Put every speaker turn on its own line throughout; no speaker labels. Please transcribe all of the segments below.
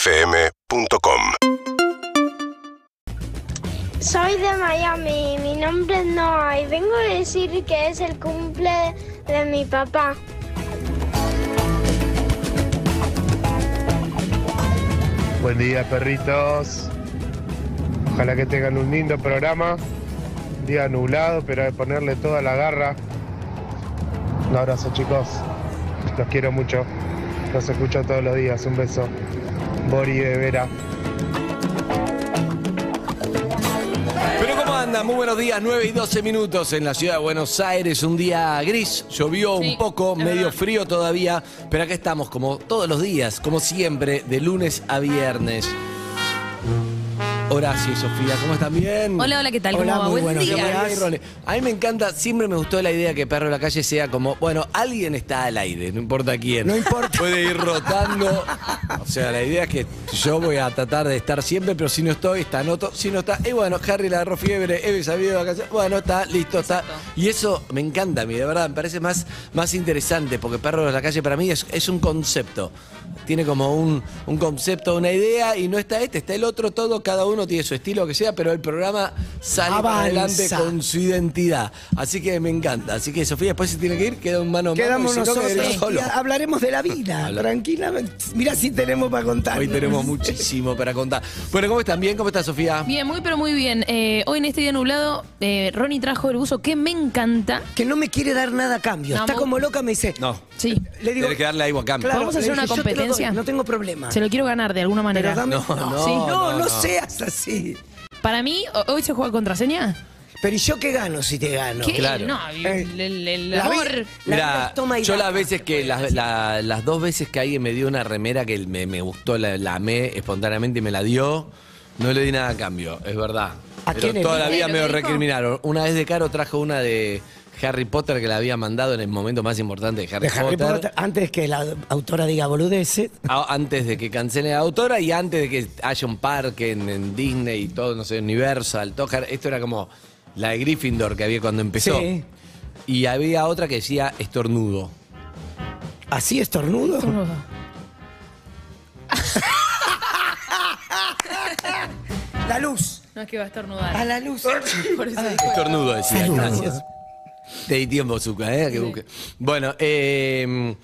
UrbanaPlayFM.com
Soy de Miami, mi nombre es Noah y vengo a decir que es el cumple de mi papá.
Buen día, perritos. Ojalá que tengan un lindo programa. Día nublado, pero de ponerle toda la garra. Un abrazo, chicos. Los quiero mucho. Los escucho todos los días. Un beso. Bori de Vera.
Pero ¿cómo andan? Muy buenos días, 9 y 12 minutos en la ciudad de Buenos Aires, un día gris, llovió
Sí,
un poco,
es
medio
verdad.
frío todavía, pero acá estamos como todos los días, como siempre, de lunes a viernes. Horacio y Sofía, ¿cómo están? Bien.
Hola, hola, ¿qué tal?
Hola,
¿Cómo va?
muy
Buen
buenos
día.
días.
Ay, Ronnie, A mí me encanta, siempre me gustó la idea que Perro de la Calle sea como, bueno, alguien está al aire, no importa quién.
No importa.
Puede ir rotando. O sea, la idea es que yo voy a tratar de estar siempre, pero si no estoy, está Noto. Si no está, y bueno, Harry la agarró fiebre, Eve salió de vacaciones. Bueno, está, listo, está. Y eso me encanta a mí, de verdad, me parece más, más interesante, porque Perro de la Calle para mí es, es un concepto. Tiene como un, un concepto, una idea, y no está este, está el otro, todo, cada uno tiene su estilo que sea, pero el programa sale para adelante
Avanza.
con su identidad. Así que me encanta. Así que Sofía, después se tiene que ir, queda un mano a mano.
Quedamos
y si no,
nosotros.
quedaría solo.
y Hablaremos de la vida,
Habla-
tranquilamente. Mira si tenemos para contar.
Hoy tenemos muchísimo para contar. Bueno, ¿cómo están? ¿Bien? ¿Cómo está Sofía?
Bien, muy pero muy bien. Eh, hoy en este día nublado, eh, Ronnie trajo el buzo que me encanta.
Que no me quiere dar nada a cambio.
No,
Está
mu-
como loca, me dice.
No.
Sí.
Le digo.
Tenés que darle algo a cambio.
Vamos a
le
hacer una
dije, yo te lo doy,
competencia.
no tengo problema.
Se lo quiero ganar de alguna manera.
Pero dame-
No, no,
Sí,
no,
no, no
no.
seas así.
Para mí, ho- hoy se juega contraseña.
Pero ¿y yo qué gano si te gano?
¿Qué?
claro.
No, el,
Eh,
el- el
la
amor.
vida- la vida
Mira,
es toma y
yo
daca.
las veces que, las, la- las dos veces que alguien me dio una remera que me, me gustó, la, la amé espontáneamente y me la dio, no le di nada a cambio, es verdad.
¿A
Pero
quién le
toda la
diste?
vida
¿Lo
me lo
que dijo?
recriminaron. Una vez de Caro trajo una de Harry Potter que la había mandado en el momento más importante de Harry,
De Harry
Potter.
Potter, antes que la autora diga boludeces.
A- antes de que cancelen a la autora y antes de que haya un parque en, en Disney y todo, no sé, Universal, todo Har- esto era como la de Gryffindor que había cuando empezó.
Sí.
Y había otra que decía estornudo.
¿Así estornudo? La luz.
No es que va a
A
estornudar.
la luz.
Por eso
Ah.
dijo.
Estornudo decía,
Salud.
gracias. Te di tiempo, Zucca, ¿eh? a que busque. Bueno, eh,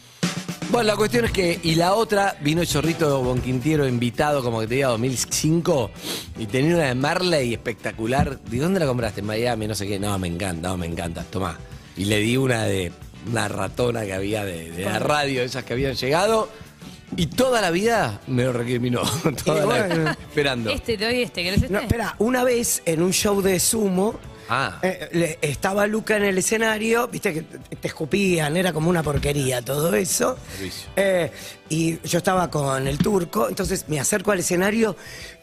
bueno, la cuestión es que. Y la otra, vino el Chorrito Bonquintiero invitado, como que te diga, 2005, y tenía una de Marley espectacular. ¿De dónde la compraste? En Miami, no sé qué. No, me encanta, no, me encanta, tomá. Y le di una de una ratona que había de, de la radio, esas que habían llegado. Y toda la vida me lo recriminó. Toda la-
bueno.
esperando.
Este, te doy este. ¿Querés este?
No, espera, una vez en un show de sumo,
Ah.
eh, le- estaba Luca en el escenario, viste que te te escupían, era como una porquería todo eso.
Servicio.
Eh, y yo estaba con el turco, entonces me acerco al escenario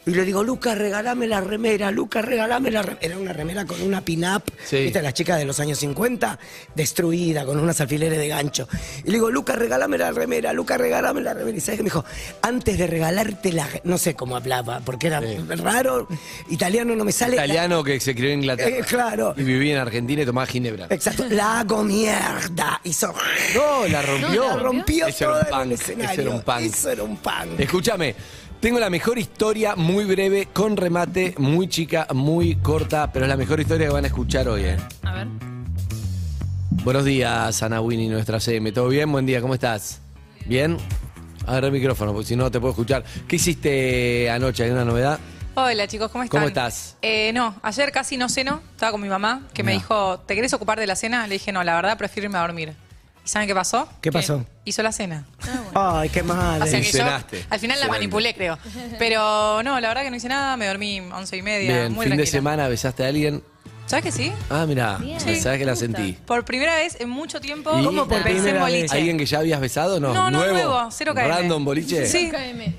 y le digo, Luca, regalame la remera, Luca, regalame la remera. Era una remera con una pin-up,
Sí.
viste, las chicas de los años 50, destruida, con unos alfileres de gancho. Y le digo, Luca, regálame la remera, Luca, regálame la remera. Y sabes que me dijo, antes de regalarte la... No sé cómo hablaba, porque era raro, italiano no me sale. La-
Italiano que se crió en Inglaterra.
Eh, claro.
Y vivía en Argentina y tomaba ginebra.
Exacto, la hago mierda. Hizo...
No, la rompió.
No,
La rompió
Ese era un
todo en el
punk, ese
escenario.
era un punk.
Eso era un punk.
Escúchame, tengo la mejor historia, muy breve, con remate, muy chica, muy corta, pero es la mejor historia que van a escuchar hoy. eh.
A ver.
Buenos días, Ana Winnie, nuestra CM. ¿Todo bien? Buen día, ¿cómo estás? ¿Bien? Agarra el micrófono, porque si no te puedo escuchar. ¿Qué hiciste anoche? ¿Hay una novedad?
Hola chicos, ¿cómo están?
¿Cómo estás?
Eh, no, ayer casi no ceno, estaba con mi mamá, que me
Ya.
dijo, ¿te querés ocupar de la cena? Le dije, no, la verdad prefiero irme a dormir. ¿Y saben qué pasó?
¿Qué pasó?
Hizo la cena.
Ay, qué mal.
O sea
Y
que yo
cenaste.
al final la
Excelente.
manipulé, creo. Pero no, la verdad que no hice nada, me dormí once y media,
bien, fin
muy
de
tranquila.
semana, ¿besaste a alguien?
¿Sabes que sí?
Ah, mira,
Bien.
sabes que la sentí.
Por primera vez en mucho tiempo
¿Y
por
pensé en
primera vez?
boliche.
¿Alguien que ya habías besado? No,
No, no, nuevo, cero KM.
¿Random boliche?
Sí.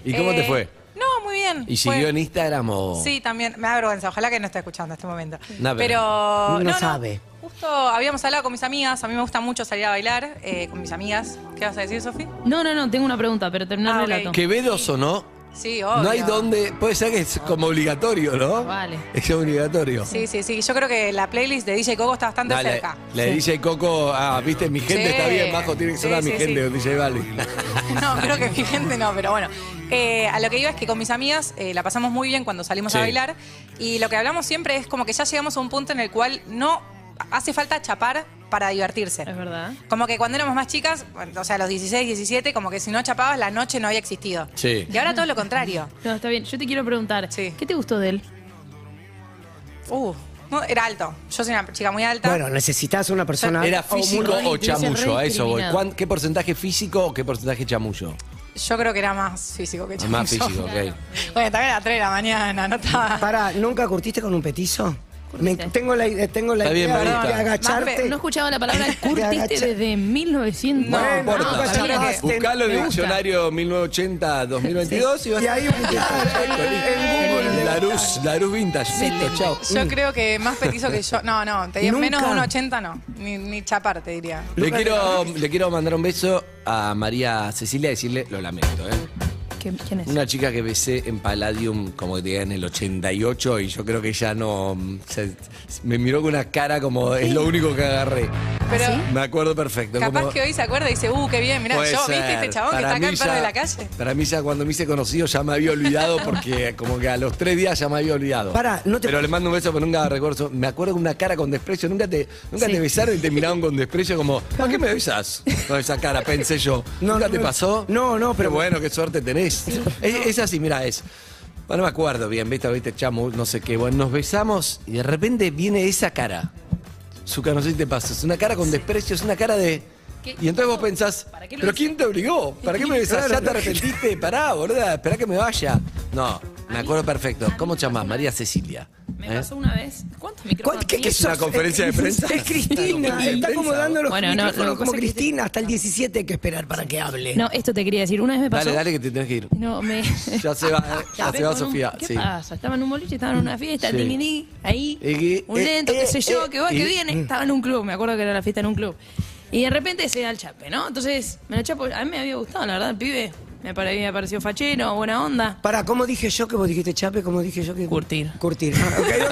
¿Y cómo te
Eh,
fue?
No, muy bien.
¿Y
Fue-
siguió en Instagram o...?
Sí, también. Me da vergüenza. Ojalá que no esté escuchando en este momento.
No, pero-
pero. No, no.
sabe.
Justo habíamos hablado con mis amigas. A mí me gusta mucho salir a bailar eh, con mis amigas. ¿Qué vas a decir, Sofi?
No, no, no, tengo una pregunta, pero terminar
Ah,
el relato.
ok.
Quevedos o no,
Sí, obvio.
No hay dónde. Puede ser que es como obligatorio, ¿no?
Vale.
Es obligatorio.
Sí, sí, sí. Yo creo que la playlist de DJ Coco está bastante
Dale,
cerca.
la de DJ Coco, ah, viste, mi gente
Sí.
está bien, bajo tiene que
Sí,
sonar mi
sí,
gente,
sí.
DJ Vale.
No, creo que mi gente no, pero bueno. Eh, a lo que iba es que con mis amigas eh, la pasamos muy bien cuando salimos
Sí.
a bailar y lo que hablamos siempre es como que ya llegamos a un punto en el cual no hace falta chapar para divertirse.
Es verdad.
Como que cuando éramos más chicas, bueno, o sea, a los 16, 17, como que si no chapabas la noche no había existido.
Sí.
Y ahora todo lo contrario.
No, está bien. Yo te quiero preguntar,
Sí.
¿qué te gustó de él?
Uh, no, era alto. Yo soy una chica muy alta.
Bueno, necesitas una persona.
¿Era
o muy
físico
muy
o
difícil,
chamullo? A eso voy.
rediscriminado.
¿Cuán- ¿Qué porcentaje físico o qué porcentaje chamullo?
Yo creo que era más físico que yo.
Más físico, ok.
Bueno, también era 3 de la mañana, no estaba.
Para, ¿nunca curtiste con un petizo? Me- tengo la, ide- tengo la
Está bien,
idea
me
de
gusta.
agacharte.
No escuchaba la palabra
Agacha-
curtiste desde Ah, 1900.
No, este,
Bueno,
importa.
nunca
está bien.
llamaste.
Buscalo en
Me
el
gusta.
diccionario 1980-2022 y vas
Y ahí en Google.
La luz, la luz vintage. Listo, chao.
Yo creo que más petizo que yo. No, no, te digo,
Nunca.
menos de un 80 no. Ni, ni chapar, te diría.
Le quiero, le quiero mandar un beso a María Cecilia y decirle, lo lamento, ¿eh?
¿Qué- ¿Quién es?
Una chica que besé en Palladium como que tenía en el 88 y yo creo que ya no... mm, se- me miró con una cara como es lo único que agarré.
Pero
Me acuerdo perfecto.
capaz
¿Ah, como-
que hoy se acuerda y dice, uh, qué bien, mirá,
Puede
yo, ¿viste
ser.
este chabón
Para
que
mí
está acá
ya-
en de la calle?
Para mí ya cuando me hice conocido ya me había olvidado porque como que a los tres días ya me había olvidado.
Pará, no te-
Pero le mando un beso pero nunca recuerdo. Me acuerdo con una cara con desprecio. Nunca te, nunca
Sí.
te besaron y te miraron con desprecio como, ¿para qué me besas? Con esa cara, pensé yo.
No,
¿Nunca
no
te
me-
pasó?
no, no, pero-
Qué bueno, qué suerte tenés. Es, es así, mira, es... Bueno, no me acuerdo bien, viste, viste, chamo, no sé qué. Bueno, nos besamos y de repente viene esa cara. Zucca, no sé si te pasa. Es una cara con desprecio, es una cara de.
¿Qué?
Y entonces vos pensás,
¿Para qué lo
¿pero
hice?
quién te obligó? ¿Para qué me besás? ¿Ya te arrepentiste? Pará, boluda, esperá que me vaya. No, me acuerdo perfecto. ¿Cómo llamás? María Cecilia.
Me
¿eh?
pasó una vez. ¿Cuántos micrófonos
¿Cuál- qué- qué
tenía?
es una
sos?
conferencia de prensa?
Es Cristina,
Una
está
conferencia de
como
prensa.
dando los
Bueno, no, lo que
micrófonos,
pasa
como
es que-
Cristina, hasta el 17 hay que esperar para que hable.
No, esto te quería decir. Una vez me pasó.
Eh, Dale, dale, que te tenés que ir.
No, me.
Ya se va, eh, ya
Tapé
se va
con un-
Sofía.
¿Qué
sí.
pasa? Estaba en un boliche, estaba en una fiesta,
Sí.
tinginí, ahí,
Y que-
un
eh,
lento, qué
eh,
sé yo,
eh,
que va,
y-
que viene. Estaba en un club, me acuerdo que era la fiesta en un club. Y de repente se da el chape, ¿no? Entonces, me lo chapo, a mí me había gustado, la verdad, el pibe. Me pare- me pareció fachero, buena onda.
Para, ¿cómo dije yo que vos dijiste Chape? ¿Cómo dije yo que.?
Curtir.
Curtir. Ah, ok, ok, ok, ok, ok.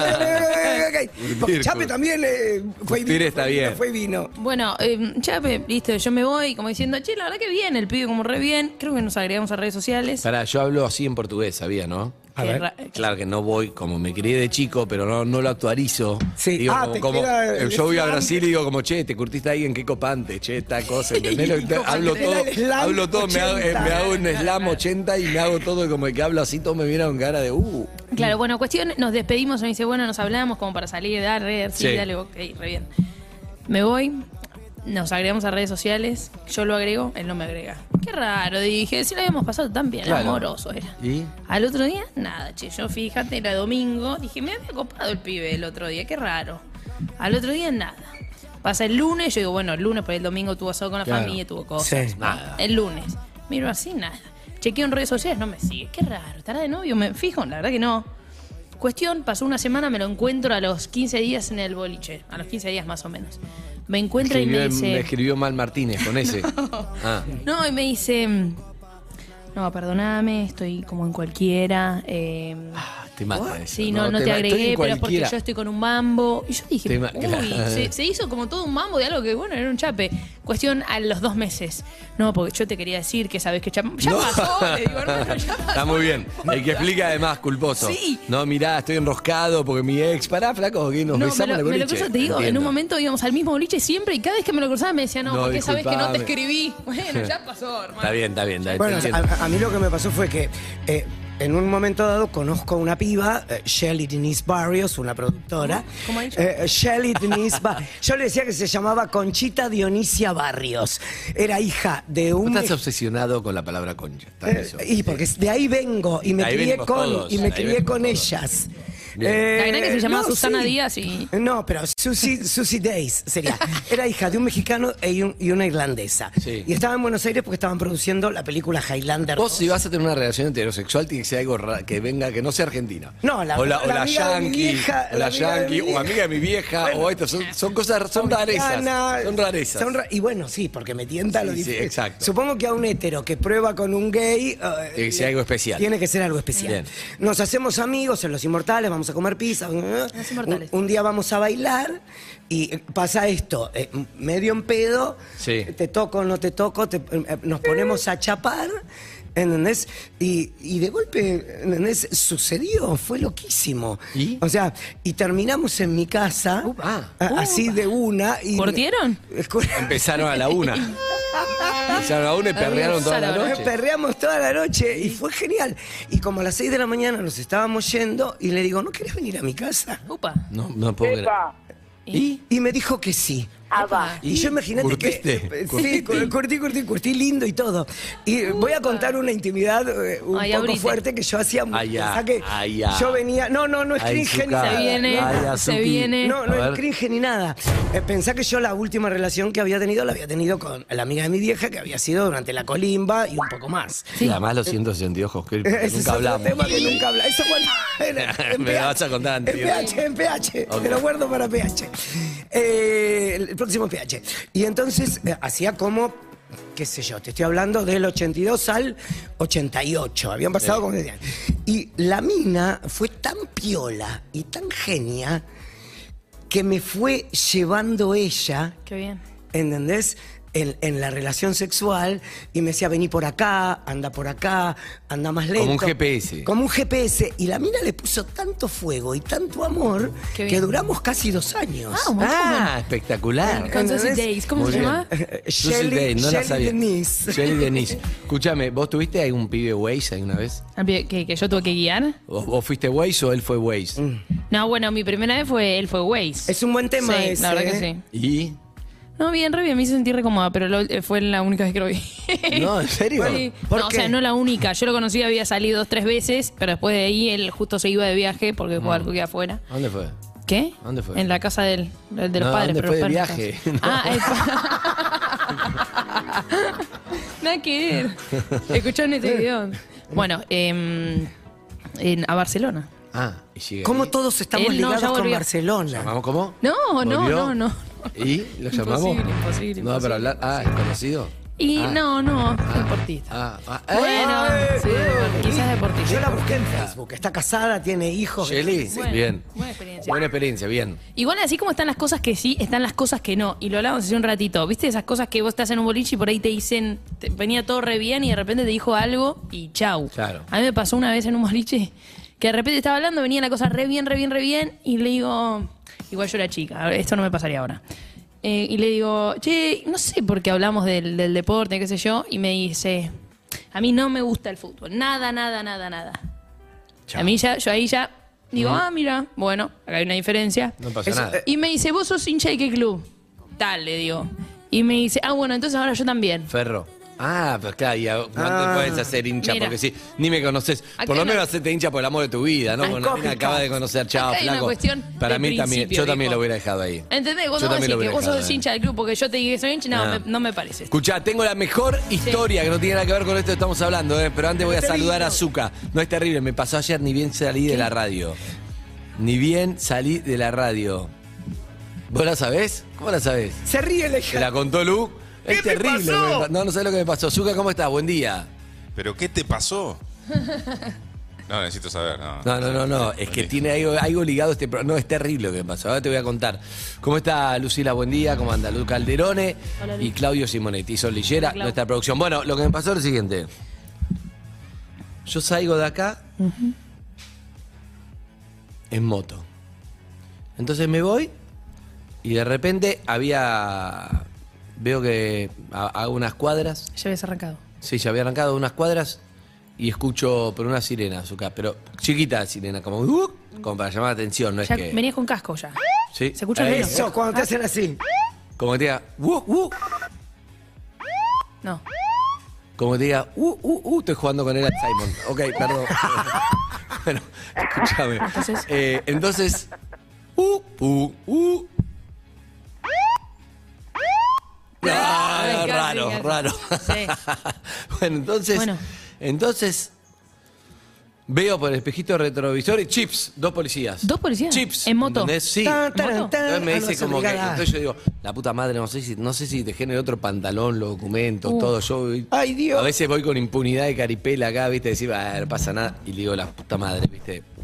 Curtir,
Porque Chape
curtir.
también eh, fue
Curtir
vino. fue
está
vino,
bien.
Fue vino.
Bueno, eh, chape, listo, yo me voy como diciendo, che, la verdad que bien, el pibe como re bien. Creo que nos agregamos a redes sociales.
Pará, yo hablo así en portugués, ¿sabía, no?
A
Que
ver.
ra-
Claro que no voy, como me crié de chico, pero no, no lo actualizo.
Sí.
Digo,
Ah,
como,
te
como-
queda
eh,
el
yo voy a
slang.
Brasil y digo como, che, te curtiste a alguien, qué copante, che, tal cosa, ¿entendés? Lo-
Qué
hablo
copante.
todo,
Era el slam
hablo todo, me hago, eh,
80.
me hago un slam 80 y me hago todo y como que hablo así, todos me vieron cara de, uh.
Claro, bueno, cuestión, nos despedimos, me dice, bueno, nos hablamos como para salir, dar, re, sí,
Sí.
dale, ok, re bien. Me voy, nos agregamos a redes sociales, yo lo agrego, él no me agrega. Qué raro, dije, si lo habíamos pasado tan bien,
Claro.
amoroso era.
¿Y?
Al otro día, nada, che, yo fíjate, era domingo, dije, me había copado el pibe el otro día, qué raro. Al otro día, nada. Pasa el lunes, yo digo, bueno, el lunes, pero el domingo tuvo asado con la
Claro.
familia, tuvo cosas.
Sí.
Nada.
El lunes. Miro así, nada. Chequeo en redes sociales, no me sigue. Qué raro, estará de novio, me fijo, la verdad que no. Cuestión, pasó una semana, me lo encuentro a los 15 días en el boliche, a los 15 días más o menos. Me encuentra y
Escribió,
me
me
dice...
escribió mal Martínez con ese. Ah.
No, y me dice... mm, No, perdóname, estoy como en cualquiera. eh,
Te mata eso,
Sí, no, no, te,
ma- estoy
agregué,
en
pero es porque
cualquiera.
yo estoy con un mambo. Y yo dije,
Te ma-
uy,
claro.
se, se hizo como todo un mambo de algo que, bueno, era un chape. Cuestión a los dos meses. No, porque yo te quería decir que sabes que chapa. Ya
No.
pasó, le digo, hermano, ya pasó.
Está muy bien. El que explica además, culposo.
Sí.
No, mirá, estoy enroscado porque mi ex. Pará, flaco, que nos
No, me
besamos
lo,
en el
me lo
boliche.
cruzo, te digo, en
Entiendo.
un momento íbamos al mismo boliche siempre y cada vez que me lo cruzaba me decía, no,
No,
porque sabes que no te
disculpame.
escribí. Bueno, ya pasó, hermano.
Está bien, está bien, está bien.
Bueno,
te entiendo.
a, a mí lo que me pasó fue que eh, en un momento dado conozco a una piba, eh, Shelly Denise Barrios, una productora.
¿Cómo ha dicho?
Eh, Shelly Denise Barrios. Yo le decía que se llamaba Conchita Dionisia Barrios. Era hija de
Vos
un.
estás obsesionado con la palabra concha. está
Eh,
eso.
y porque de ahí vengo y me
Ahí
crié
venimos
con
todos,
y me
ahí
crié
venimos
con
todos.
ellas. Eh,
Bien.
La gran que se llamaba Susana
sí.
Díaz y-
No, pero Susie, Susie Days sería. Era hija de un mexicano e un- y una irlandesa.
Sí.
Y estaba en Buenos Aires porque estaban produciendo la película Highlander.
Vos si vas a tener una relación heterosexual tiene que ser algo ra- que venga, que no sea argentina.
No, la-
o la, o
la
la
amiga de mi
yankee,
vieja,
o la,
la amiga de
yankee,
mi
o amiga de mi vieja, o esto, son, son cosas, son rarezas.
Americana,
Son rarezas.
son ra- y bueno, sí, porque me tienta
Sí,
lo
sí,
difícil.
exacto.
Supongo que a un hétero que prueba con un gay. eh,
Tiene que ser algo especial.
Tiene que ser algo especial.
Bien.
Nos hacemos amigos en Los Inmortales, vamos a comer pizza.
Los Inmortales.
Un, un día vamos a bailar y eh, pasa esto, eh, medio en pedo,
Sí.
te toco, no te toco, te- eh, nos ponemos a chapar. ¿Entendés? Y, y de golpe, ¿entendés? Sucedió, fue loquísimo.
¿Y?
O sea, y terminamos en mi casa,
Upa.
a- Ah, así de una. Y
¿Cortieron?
Escu-
Empezaron a la una. Empezaron a la una y
Había
perrearon
un
toda la
sábado,
noche.
Perreamos toda la noche y fue genial. Y como a las 6 de la mañana nos estábamos yendo y le digo, ¿no querés venir a mi casa?
Upa.
No, no puedo creer. ¿Y?
Y me dijo que sí.
Ah,
Y yo imagínate
¿Curtiste?
que... Sí, cu- curtí, curtí, curtí lindo y todo. Y voy a contar una intimidad eh, un
Ay,
poco
abrite.
fuerte que yo hacía mucho.
Ay, ya,
Pensá que
ay, ya.
yo venía... No, no, no es
Ay,
cringe ni
Zucca.
nada.
Se viene,
Ay,
se
Azuki.
viene.
No, no
A
es
ver.
cringe ni nada. Eh, Pensá que yo la última relación que había tenido la había tenido con la amiga de mi vieja que había sido durante la colimba y un poco más.
Sí. Además los 162 Oscar, porque
Ese es
nunca
otro
hablamos.
tema que nunca habla. Eso bueno, en- en
Me
PH,
vas a contar antes.
En PH, en PH.
Ok.
Te lo guardo para PH. Eh, el próximo PH. Y entonces eh, hacía como, qué sé yo, te estoy hablando del 82 al 88. Habían pasado como decían. Y la mina fue tan piola y tan genia que me fue llevando ella
Qué bien.
¿entendés? En, en la relación sexual y me decía, vení por acá, anda por acá, anda más lento.
un GPS.
Como un GPS. Y la mina le puso tanto fuego y tanto amor
Qué
que
bien.
duramos casi dos años.
Ah, un montón.
Ah, espectacular.
Con Susie
¿Entendés?
Days. ¿Cómo
Muy
se
bien.
llama?
Susie
Shelly-
Day, no la
Shelly
sabía.
Denise.
Shelly Denise. Escúchame, ¿vos tuviste algún pibe Waze alguna vez?
Ah, ¿Que, que yo tuve que guiar.
¿O, o fuiste Waze o él fue Waze?
No, bueno, mi primera vez fue él fue Waze.
Es un buen tema
Sí,
ese,
la verdad
¿eh?
que sí.
¿Y?
No, bien, re bien, me hice sentir re cómoda, pero lo- eh, fue la única vez que lo vi.
No, ¿en serio?
Sí.
¿por
No, o
qué?
sea, no la única. Yo lo conocí, había salido dos, tres veces, pero después de ahí él justo se iba de viaje porque jugaba al hockey afuera.
¿A ¿Dónde fue?
¿Qué?
Ah. ¿Dónde fue?
En la casa del, del de los
No,
padres.
¿dónde
pero
fue de
los padres
viaje?
no estaban. Ah, el... Nada que ver. Escuchó en este video. Bueno, em, en- a Barcelona.
Ah, y sigue.
Como
ahí.
todos estamos
Él no, ya
ligados con
volvió.
Barcelona.
¿Llamamos cómo?
No, no,
¿Volvió?
no, no.
¿Y? ¿Lo llamamos?
Imposible, imposible,
No,
imposible.
para hablar. Ah, ¿es conocido?
Y
Ah.
no, no, deportista.
Ah, ah, ¡eh!
Bueno, sí, depor- quizás
Yo la
deportista.
busqué en Facebook. Está casada, tiene hijos.
Shelly,
Bueno,
bien.
buena experiencia.
Buena experiencia, bien.
Igual así como están las cosas que sí, están las cosas que no. Y lo hablamos hace un ratito. ¿Viste esas cosas que vos estás en un boliche y por ahí te dicen, te- venía todo re bien y de repente te dijo algo y chau?
Claro.
A mí me pasó una vez en un boliche que de repente estaba hablando, venía la cosa re bien, re bien, re bien y le digo, igual yo era chica, esto no me pasaría ahora. Eh, y le digo, che, no sé por qué hablamos del, del deporte, qué sé yo, y me dice, a mí no me gusta el fútbol, nada, nada, nada, nada. A mí ya, yo ahí ya digo, ah, mira, bueno, acá hay una diferencia.
No pasó
Eso,
nada.
eh,
Y me dice, ¿vos sos hincha de qué club? Tal, le digo. Y me dice, ah, bueno, entonces ahora yo también.
Ferro. Ah, pues claro, y a- no te puedes hacer hincha
Mira.
porque sí, ni me conoces.
Acá
Por lo
hay una-
menos hacete hincha por el amor de tu vida, ¿no?
Al
Bueno, mina
copycat.
acaba de conocer, chao,
Acá hay una
flaco.
cuestión
Para
de
mí también,
principio,
yo también
viejo.
lo hubiera dejado ahí.
¿Entendés? Cuando
Yo
vos
también
decís
lo
que
hubiera
vos
dejado
sos
ahí.
hincha del club porque yo te dije que soy hincha, no,
Ah.
me- no me parece.
Escuchá, tengo la mejor historia que no tiene nada que ver con esto que estamos hablando, ¿eh? pero antes voy a saludar a Zuka. No es terrible, me pasó ayer, ni bien salí de la radio. Ni bien salí de la radio. ¿Vos la sabés? ¿Cómo la sabés?
Se ríe la
¿Te
hija.
la contó Lu? Es
¿Qué te pasó?
terrible. lo que me pa- No, no sabés lo que me pasó. Zuka, ¿cómo estás? Buen día.
¿Pero qué te pasó? No, necesito saber. No,
No, no, no, no. Es que
Ok.
tiene algo, algo ligado a este pro- No, es terrible lo que pasó. Ahora te voy a contar. ¿Cómo está Lucila? Buen día. ¿Cómo anda Lu Calderone? y Claudio Simonetti. Son Lillera,
Hola, Clau.
nuestra producción. Bueno, lo que me pasó es lo siguiente. Yo salgo de acá en moto. Entonces me voy y de repente había. Veo que a- hago unas cuadras.
Ya habías arrancado.
Sí, ya había arrancado unas cuadras y escucho por una sirena, Azúcar, pero chiquita sirena, como, "Uh", como para llamar la atención, no
Ya
es que.
venías con casco ya.
Sí.
se escucha el
Eso,
ruido.
Eso, cuando te hacen así.
Como que te diga, "Uh, uh",
No.
como que te diga, "Uh, uh, uh", estoy jugando con el Simon. Ok, perdón. Bueno, escúchame.
Entonces-
Eh, entonces. Uh, uh, uh. No,
Ay,
no,
casi,
ah, raro,
casi.
raro.
Sí.
bueno, entonces.
Bueno.
Entonces. Veo por el espejito retrovisor y chips, dos policías.
¿Dos policías?
Chips.
¿En moto?
¿entendés? Sí.
Tan, tan,
¿Moto?
tan,
Entonces me
a
dice
los
como que.
obligadas.
Entonces yo digo, la puta madre, no sé si, no sé si dejé en el otro pantalón los documentos,
Uh.
todo. Yo voy-
Ay, Dios.
A veces voy con impunidad de caripela acá, viste, decir, "Ah, no pasa nada. Y le digo, la puta madre, viste.
Ah,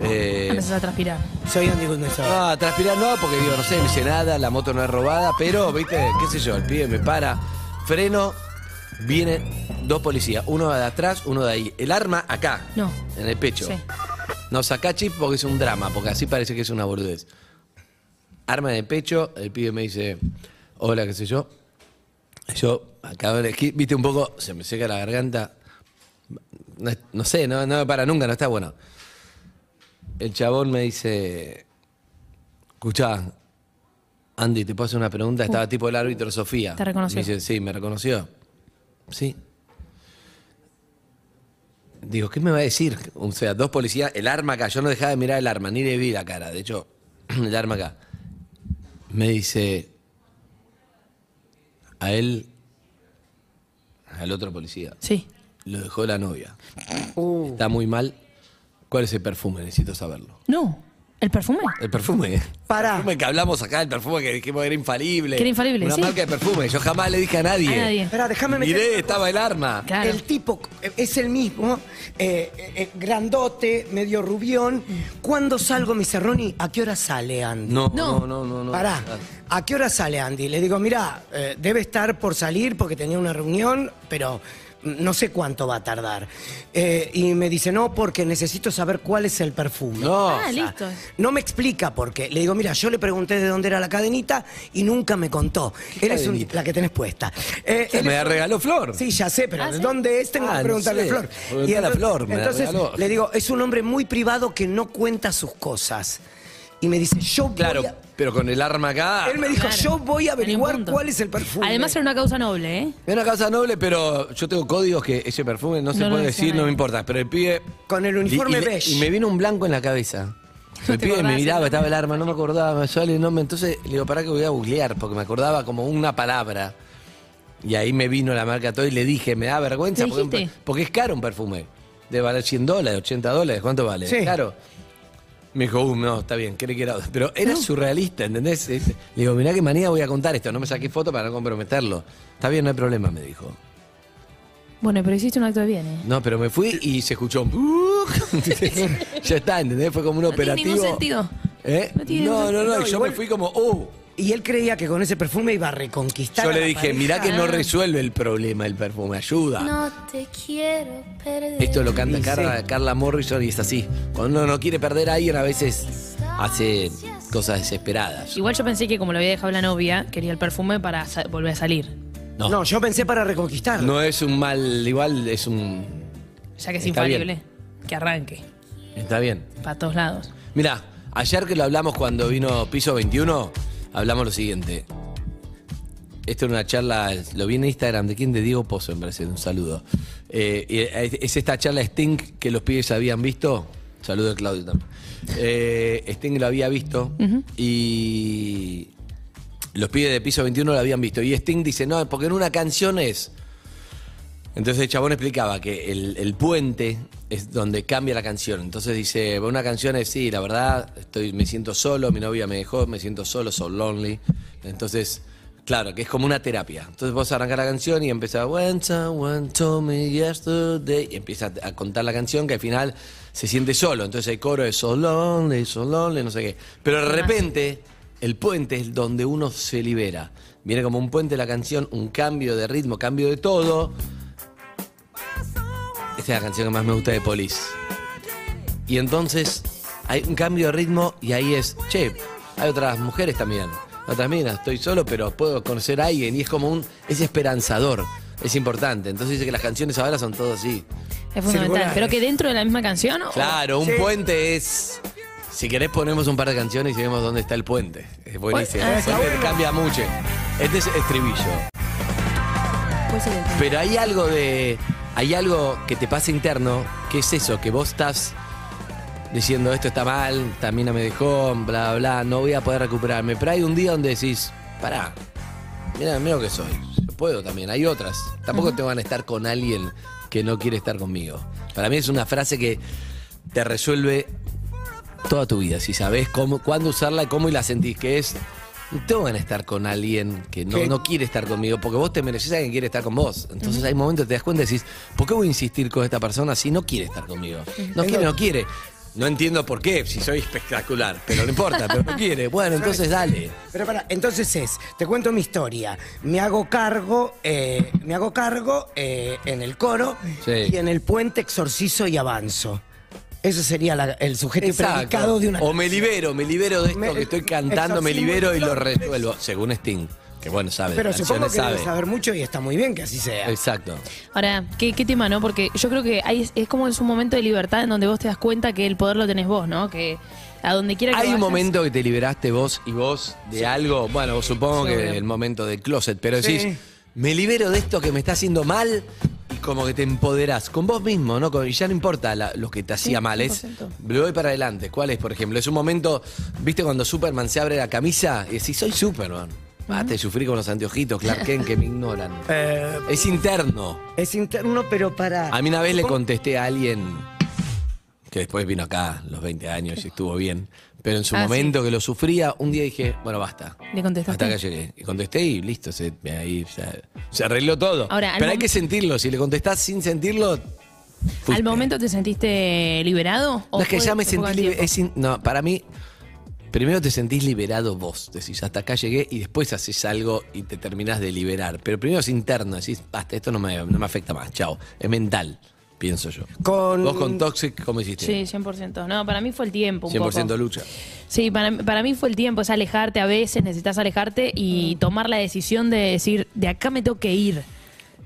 Eh,
Empezás a transpirar.
Soy Andy Gundesor.
no, transpirar no, porque digo, no sé, no hice nada, la moto no es robada, pero, viste, qué sé yo, el pibe me para, freno, vienen dos policías, uno de atrás, uno de ahí. El arma acá,
No.
en el pecho.
Sí.
No, sacá chip porque es un drama, porque así parece que es una burdez. Arma en el pecho, el pibe me dice, hola, qué sé yo. Yo acabo de elegir, viste un poco, se me seca la garganta. No, es- no sé, no, no me para nunca, no está bueno. El chabón me dice, escuchá, Andy, te puedo hacer una pregunta. Estaba tipo el árbitro Sofía.
Te reconoció.
Me dice, sí, me reconoció. Sí. Digo, ¿qué me va a decir? O sea, dos policías, el arma acá, yo no dejaba de mirar el arma, ni le vi la cara, de hecho, el arma acá. Me dice, a él, al otro policía,
Sí.
lo dejó la novia.
Uh.
Está muy mal. ¿Cuál es el perfume? Necesito saberlo.
No. ¿El perfume?
El perfume.
Pará.
El perfume que hablamos acá, el perfume que dijimos que era infalible.
Que era infalible,
Una
sí.
marca de perfume. Yo jamás le dije a nadie.
A nadie.
Espera, déjame meter.
Miré, estaba el arma.
Claro.
El tipo eh, es el mismo, eh, eh, eh, grandote, medio rubión. ¿Cuándo salgo, mi Cerroni? ¿A qué hora sale, Andy?
No,
No.
no, no, no. Ah. no.
Pará, ¿a qué hora sale Andy? Le digo, mira, debe estar por salir porque tenía una reunión, pero mm, no sé cuánto va a tardar. Eh, y me dice, no, porque necesito saber cuál es el perfume.
No.
Ah, listo.
No me explica por qué. Le digo, mira, yo le pregunté de dónde era la cadenita y nunca me contó. Eres un,
cadenita?
la que tenés puesta. Eh,
Me
él es
la
un-
regaló Flor.
Sí, ya sé, pero
Ah,
¿de
¿sí?
dónde es? Tengo
Ah,
que
no
preguntarle a
sé.
Flor.
Preguntale a Flor, me la
entonces
regaló.
le digo, es un hombre muy privado que no cuenta sus cosas. Y me dice, yo voy
Claro,
a-
pero con el arma acá.
Él me dijo,
Claro.
yo voy
En
a
un
averiguar
punto.
cuál es el perfume.
Además era una causa noble, ¿eh?
Es una causa noble, pero yo tengo códigos que ese perfume no se
No lo
puede
decía
decir, no
nadie.
me importa. Pero el pibe.
Con el uniforme
y, y le-
beige.
Y me vino un blanco en la cabeza. El
te
pibe me
acordás,
miraba,
¿no?
estaba el arma, no me acordaba, me sale el nombre. Entonces le digo, pará que voy a googlear, porque me acordaba como una palabra. Y ahí me vino la marca todo y le dije, me da vergüenza,
¿Le
porque,
dijiste?
porque es caro un perfume. De valer 100 dólares, 80 dólares, ¿cuánto vale?
Sí.
Es Caro. Me dijo, uh, no, está bien, cree que era. Pero era surrealista, ¿entendés? Es- Le digo, mirá qué manía voy a contar esto, no me saqué foto para no comprometerlo. Está bien, no hay problema, me dijo.
Bueno, pero hiciste un acto de bien, ¿eh?
No, pero me fui y se escuchó. un "Uh", ya está, ¿entendés? Fue como un
No tiene
operativo.
ningún sentido.
¿Eh?
No tiene
no,
ningún
no, no,
sentido.
y Yo
Igual-
me fui como, uh.
Y él creía que con ese perfume iba a reconquistar.
Yo
a
le
la
dije,
pareja. ¿eh?
mirá que no
Ah.
resuelve el problema el perfume, ayuda.
No te quiero perder.
Esto lo canta
Y
Carla, Carla Morrison y es así. Cuando uno no quiere perder a alguien, a veces hace cosas desesperadas.
Igual yo pensé que como lo había dejado la novia, quería el perfume para sa- volver a salir.
No.
No, yo pensé para reconquistar.
No es un mal, igual es un.
Ya que es
Está bien.
infalible. Que arranque.
Está bien.
Para todos lados.
Mirá, ayer que lo hablamos cuando vino Piso 21, hablamos lo siguiente. Esto era una charla, lo vi en Instagram, ¿de quién? De Diego Pozo, me parece, un saludo. Eh, y es- es esta charla Sting que los pibes habían visto. Saludo a Claudio también. Eh, Sting lo había visto y los pibes de Piso 21 lo habían visto. Y Sting dice, no, porque en una canción es... Entonces el chabón explicaba que el, el puente es donde cambia la canción. Entonces dice, una canción es, sí, la verdad, estoy, me siento solo, mi novia me dejó, me siento solo, so lonely. Entonces, claro, que es como una terapia. Entonces vos arrancás la canción y empieza, When someone told me yesterday, y empieza a contar la canción que al final se siente solo. Entonces el coro es so lonely, so lonely, no sé qué. Pero de repente... El puente es donde uno se libera. Viene como un puente la canción, un cambio de ritmo, cambio de todo. Esta es la canción que más me gusta de Police. Y entonces hay un cambio de ritmo y ahí es, che, hay otras mujeres también. Otras minas, estoy solo, pero puedo conocer a alguien y es como un. es esperanzador. Es importante. Entonces dice que las canciones ahora son todo así.
Es fundamental.
Circular,
Pero
eh.
que dentro de la misma canción. o-
Claro, un puente es. Si querés ponemos un par de canciones y vemos dónde está el puente. Es buenísimo.
Ah,
El puente cambia mucho. Este es estribillo.
puede ser el-
Pero hay algo de. Hay algo que te pasa interno, que es eso, que vos estás diciendo esto está mal, esta mina me dejó, bla, bla, bla, no voy a poder recuperarme. Pero hay un día donde decís, pará, mira, mira lo que soy. Yo puedo también, hay otras. Tampoco te van a estar con alguien que no quiere estar conmigo. Para mí es una frase que te resuelve toda tu vida. Si sabes cómo, cuándo usarla, cómo y la sentís, que es. No te van a estar con alguien que no,
Que-
no quiere estar conmigo, porque vos te mereces a alguien que quiere estar con vos. Entonces hay momentos que te das cuenta y decís, ¿por qué voy a insistir con esta persona si no quiere estar conmigo? No quiere, no quiere. No entiendo por qué, si soy espectacular, pero no importa, pero no quiere. Bueno, entonces dale.
Pero para, entonces es, te cuento mi historia. Me hago cargo, eh, me hago cargo eh, en el coro
Sí.
y en el puente exorcizo y avanzo. Eso sería la- el sujeto y
Exacto.
predicado de una.
O me libero, me libero de esto
Me-
que estoy cantando, me
exorcismo.
libero y lo resuelvo, según Sting, que bueno, sabe,
Pero
de
supongo
canciones
que debe
sabe.
saber mucho y está muy bien que así sea.
Exacto.
Ahora, ¿qué, qué tema, ¿no? Porque yo creo que hay, es como es un momento de libertad en donde vos te das cuenta que el poder lo tenés vos, ¿no? Que a donde quiera que
Hay un
vayas-
momento que te liberaste vos y vos de algo, bueno, supongo
Seguro.
que el momento del closet, pero
Sí.
decís, me libero de esto que me está haciendo mal y como que te empoderás con vos mismo, ¿no? Con- Y ya no importa la- lo que te hacía mal, es
100%.
lo voy para adelante. ¿Cuál es, por ejemplo? Es un momento, ¿viste cuando Superman se abre la camisa y decís, soy Superman? Ah, te sufrí con los anteojitos, Clark Kent, que me ignoran.
Eh,
Es interno.
es interno, pero para.
A mí una vez le contesté a alguien que después vino acá a los 20 años y estuvo bien, pero en su
Ah,
momento que lo sufría, un día dije, bueno, basta.
Le contestaste.
Hasta acá llegué. Y contesté y listo, se, ahí ya- se arregló todo.
Ahora, al
pero hay
mom-
que sentirlo, si le contestás sin sentirlo... fuiste.
¿Al momento te sentiste liberado? o
No, es que
fue-
ya me
fue
sentí
con
libe-
tiempo?
es in- No, para mí, primero te sentís liberado vos. Decís, hasta acá llegué y después haces algo y te terminás de liberar. Pero primero es interno, decís, basta, esto no me, no me afecta más, chao. Es mental, pienso yo.
Con-
Vos con Toxic, ¿cómo hiciste?
Sí, 100%. No, para mí fue el tiempo. Un
100%
poco.
lucha.
Sí, para, para mí fue el tiempo, es alejarte a veces, necesitas alejarte
Mm.
y tomar la decisión de decir, de acá me tengo que ir.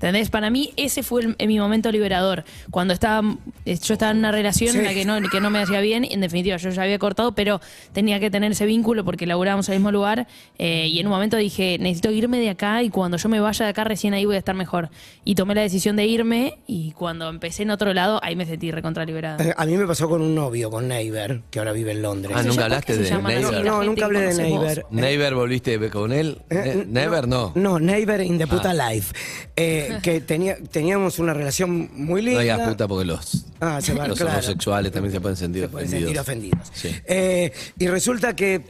¿Entendés? Para mí ese fue el- mi momento liberador. Cuando estaba, eh, yo estaba en una relación en la que no, que no me hacía bien, en definitiva yo ya había cortado, pero tenía que tener ese vínculo porque laburábamos en el mismo lugar eh, y en un momento dije, necesito irme de acá y cuando yo me vaya de acá recién ahí voy a estar mejor. Y tomé la decisión de irme y cuando empecé en otro lado, ahí me sentí recontra liberada.
Eh, A mí me pasó con un novio, con Neighbor, que ahora vive en Londres.
Ah,
Se
nunca
llama-
hablaste
se
de
llama así,
Neighbor.
la
No,
gente
nunca
que
hablé de
conoces vos.
Neighbor.
Never volviste con él. Ne-
Eh,
Never no. Ah.
No, Neighbor in the puta life. Eh, que tenía, teníamos una relación muy
No
linda.
digas puta porque los,
Ah, se va,
los
claro.
homosexuales también se pueden sentir
Se pueden
ofendidos.
sentir ofendidos.
Sí.
Eh, y resulta que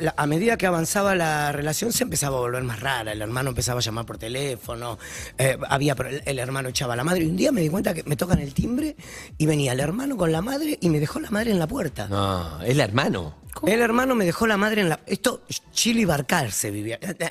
la- a medida que avanzaba la relación se empezaba a volver más rara. El hermano empezaba a llamar por teléfono, eh, había pro- el, hermano echaba a la madre. Y un día me di cuenta que me tocan el timbre y venía el hermano con la madre y me dejó la madre en la puerta.
No, es el hermano.
El hermano me dejó la madre en la. Esto, Chile y Balcarce vivía. eh,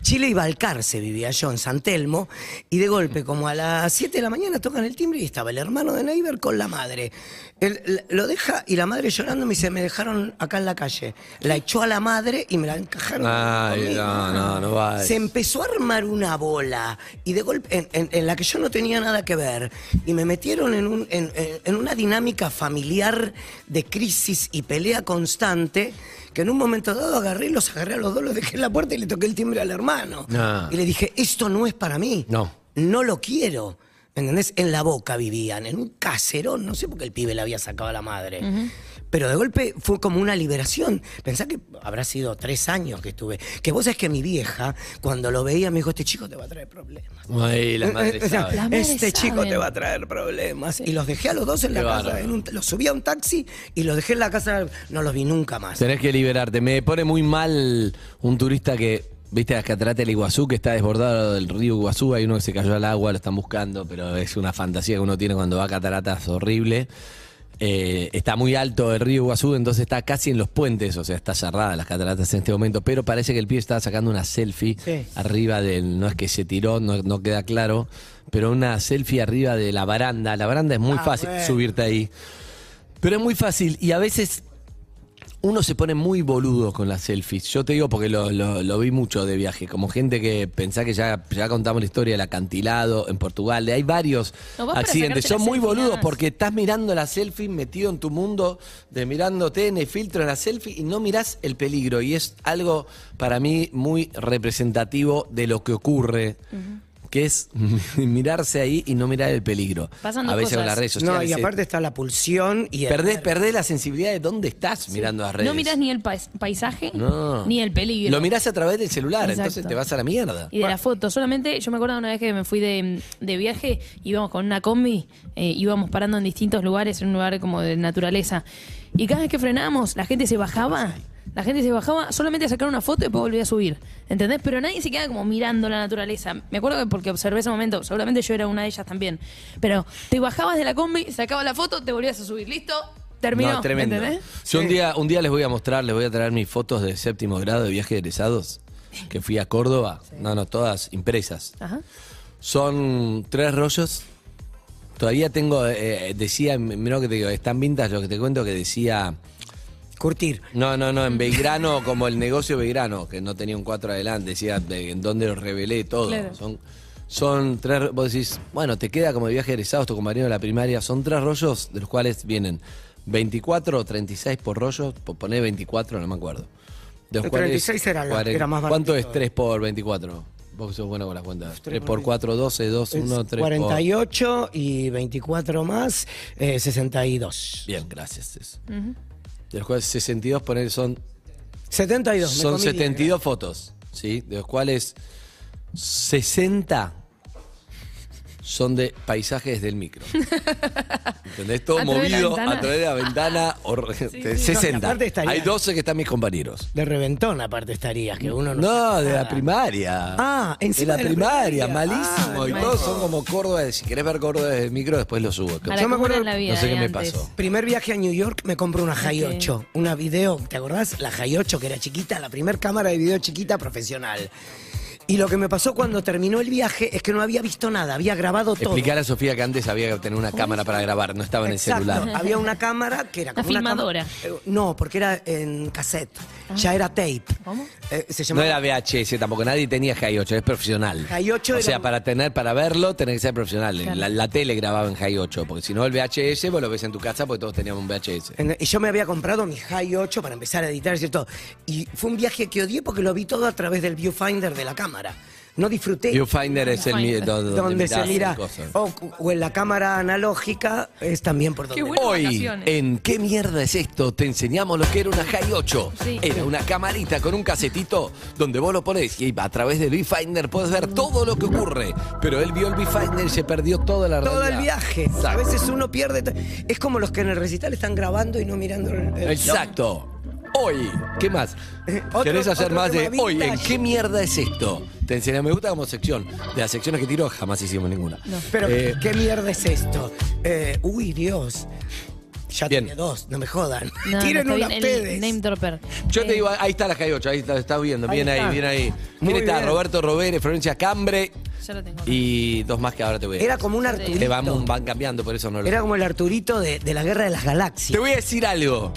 Chile y Balcarce vivía yo en San Telmo. Y de golpe, como a las 7 de la mañana, tocan el timbre y estaba el hermano de Neighbor con la madre. Él, l- lo deja y la madre llorando me dice: Me dejaron acá en la calle. La echó a la madre y me la encajaron.
Ay,
conmigo.
no, no, no va.
Se empezó a armar una bola y de golpe en, en- en la que yo no tenía nada que ver y me metieron en, un- en- en- en una dinámica familiar de crisis y pelea constante que en un momento dado agarré y los agarré a los dos, los dejé en la puerta y le toqué el timbre al hermano.
Ah.
Y le dije, esto no es para mí.
No.
No lo quiero. ¿Entendés? En la boca vivían, en un caserón. No sé por qué el pibe le había sacado a la madre. Pero de golpe fue como una liberación. Pensá que habrá sido tres años que estuve. Que vos sabés que mi vieja, cuando lo veía, me dijo, este chico te va a traer problemas.
Ay, las
Eh, O
madres
sea,
saben.
Las madres
este chico
saben.
te va a traer problemas. Y los dejé a los dos en
Qué
la casa.
bárbaro.
en un- los subí a un taxi y los dejé en la casa. No los vi nunca más.
Tenés que liberarte. Me pone muy mal un turista que. ¿Viste las cataratas del Iguazú que está desbordado del río Iguazú? Hay uno que se cayó al agua, lo están buscando, pero es una fantasía que uno tiene cuando va a cataratas horrible. Eh, está muy alto el río Iguazú, entonces está casi en los puentes, o sea, está cerrada las cataratas en este momento, pero parece que el pibe estaba sacando una selfie
Sí.
arriba del. No es que se tiró, no, no queda claro, pero una selfie arriba de la baranda. La baranda es muy
Ah,
fácil
bueno.
subirte ahí. Pero es muy fácil y a veces uno se pone muy boludo con las selfies. Yo te digo porque lo, lo- lo vi mucho de viaje. Como gente que pensá que ya, ya contamos la historia del acantilado en Portugal. Hay varios
No, vos para
accidentes.
sacarte la
Son muy
selfie nada
boludos
más.
porque estás mirando la selfie metido en tu mundo de mirándote en el filtro en la selfie y no mirás el peligro. Y es algo para mí muy representativo de lo que ocurre que es mirarse ahí y no mirar el peligro.
Pasan
a
dos
veces con
cosas.
las redes sociales.
No, y
eh,
aparte está la pulsión y el-
Perdés, perdés la sensibilidad de dónde estás mirando las redes.
No mirás ni el pais- paisaje,
No.
ni el peligro.
Lo mirás a través del celular,
Exacto.
entonces te vas a la mierda.
Y de la foto, solamente yo me acuerdo una vez que me fui de, de viaje, íbamos con una combi, eh, íbamos parando en distintos lugares, en un lugar como de naturaleza. Y cada vez que frenábamos, la gente se bajaba, la gente se bajaba solamente a sacar una foto y después volvía a subir. ¿Entendés? Pero nadie se queda como mirando la naturaleza. Me acuerdo que porque observé ese momento, seguramente yo era una de ellas también. Pero te bajabas de la combi, sacabas la foto, te volvías a subir, listo, terminó.
no, tremendo.
¿Entendés?
Yo un día, un día les voy a mostrar, les voy a traer mis fotos de séptimo grado de viaje de egresados, que fui a Córdoba. No, no, todas impresas.
Ajá.
Son tres rollos. Todavía tengo, eh, decía, mirá lo que te digo, están vintas lo que te cuento que decía.
curtir.
No, no, no, en Belgrano, como el negocio Belgrano, que no tenía un 4 adelante, decía de- en donde lo revelé todo.
Claro.
Son, son tres, vos decís, bueno, te queda como de viaje egresados, tu compañero de la primaria, son tres rollos de los cuales vienen 24 o 36 por rollo, po- poné 24, no me acuerdo. De los
El
cuales
36 era la-
40
era más
¿Cuánto
baratito.
es 3 por 24? Vos sos bueno con las cuentas. 3 por 4, 12, 2, 1, 3 por...
48 y 24 más, eh, 62.
Bien, gracias. es. De los cuales 62 poner son
72, me
Son
comí
72 fotos, ¿sí? De los cuales 60 son de paisajes del micro. ¿Entendés? Todo
A través de la
movido
ventana.
a través de la ventana. o re-
sí.
60.
No, y aparte estaría-
Hay 12 que están mis compañeros.
De reventón aparte estarías, que uno no...
No,
sabe
de la
nada.
primaria.
Ah,
de
encima
la
de la
primaria,
primaria.
malísimo.
Ah,
y
no.
todos son como Córdoba. Si querés ver Córdoba desde el micro, después lo subo.
Ahora,
Yo me
¿cómo era
acuerdo-
la vida
no sé
de
qué me
antes?
pasó.
Primer viaje a New York, me compré una High
Ok.
8, una video, ¿te acordás? La High 8 que era chiquita, la primer cámara de video chiquita profesional. Y lo que me pasó cuando terminó el viaje es que no había visto nada, había grabado todo.
Explicar a Sofía que antes había que tener una cámara para grabar, no estaba en el
Exacto.
celular.
Había una cámara que era
Una
como una cámara-
filmadora. Ah.
Eh, no, porque era en cassette. Ya era tape.
¿Cómo?
Eh, se
No
llamaba
era VHS tampoco, nadie tenía High 8, es profesional.
High 8
O
era
sea,
un-
para tener, para verlo, tenés que ser profesional. La, la tele grababa en High 8, porque si no el VHS vos lo ves en tu casa porque todos teníamos un VHS.
En- Y yo me había comprado mi High 8 para empezar a editar, ¿cierto? Y fue un viaje que odié porque lo vi todo a través del viewfinder de la cámara. No disfruté.
Viewfinder es el mi-
Viewfinder.
donde,
donde se
mirás
mira. Oh.
cosas.
O, o en la cámara analógica es también por donde.
Qué bueno.
Hoy,
vacaciones.
en ¿Qué mierda es esto? Te enseñamos lo que era una High 8.
Sí.
Era una camarita con un casetito donde vos lo ponés y a través del viewfinder puedes ver todo lo que ocurre. Pero él vio el viewfinder y se perdió toda la
Todo el
realidad.
viaje. A
Exacto.
veces uno pierde. to- Es como los que en el recital están grabando y no mirando el. el-
Exacto. Hoy, ¿qué más?
Eh, Otro-
¿Querés hacer
otro
más de
tema
hoy? ¿En
vintage.
qué mierda es esto? Te enseñé, me gusta como sección. De las secciones que tiro jamás hicimos ninguna.
Pero,
Eh,
¿qué mierda es esto? Eh, uy, Dios. Ya
Bien.
tiene dos, no me jodan.
No, no,
Tiren
está
una
bien, el name
ustedes.
dropper.
yo te
Eh,
digo, ahí está la J8, ahí está, estás viendo,
Ahí
bien ahí,
está.
bien ahí.
Muy
Bien está,
bien.
Roberto Robérez, Florencia Cambre
Ya lo tengo.
y dos más que ahora te voy a
Era como un Arturito.
Te vamos, van cambiando, por eso no lo
Era como el Arturito de, de la Guerra de las
Te
Galaxias.
voy a decir algo.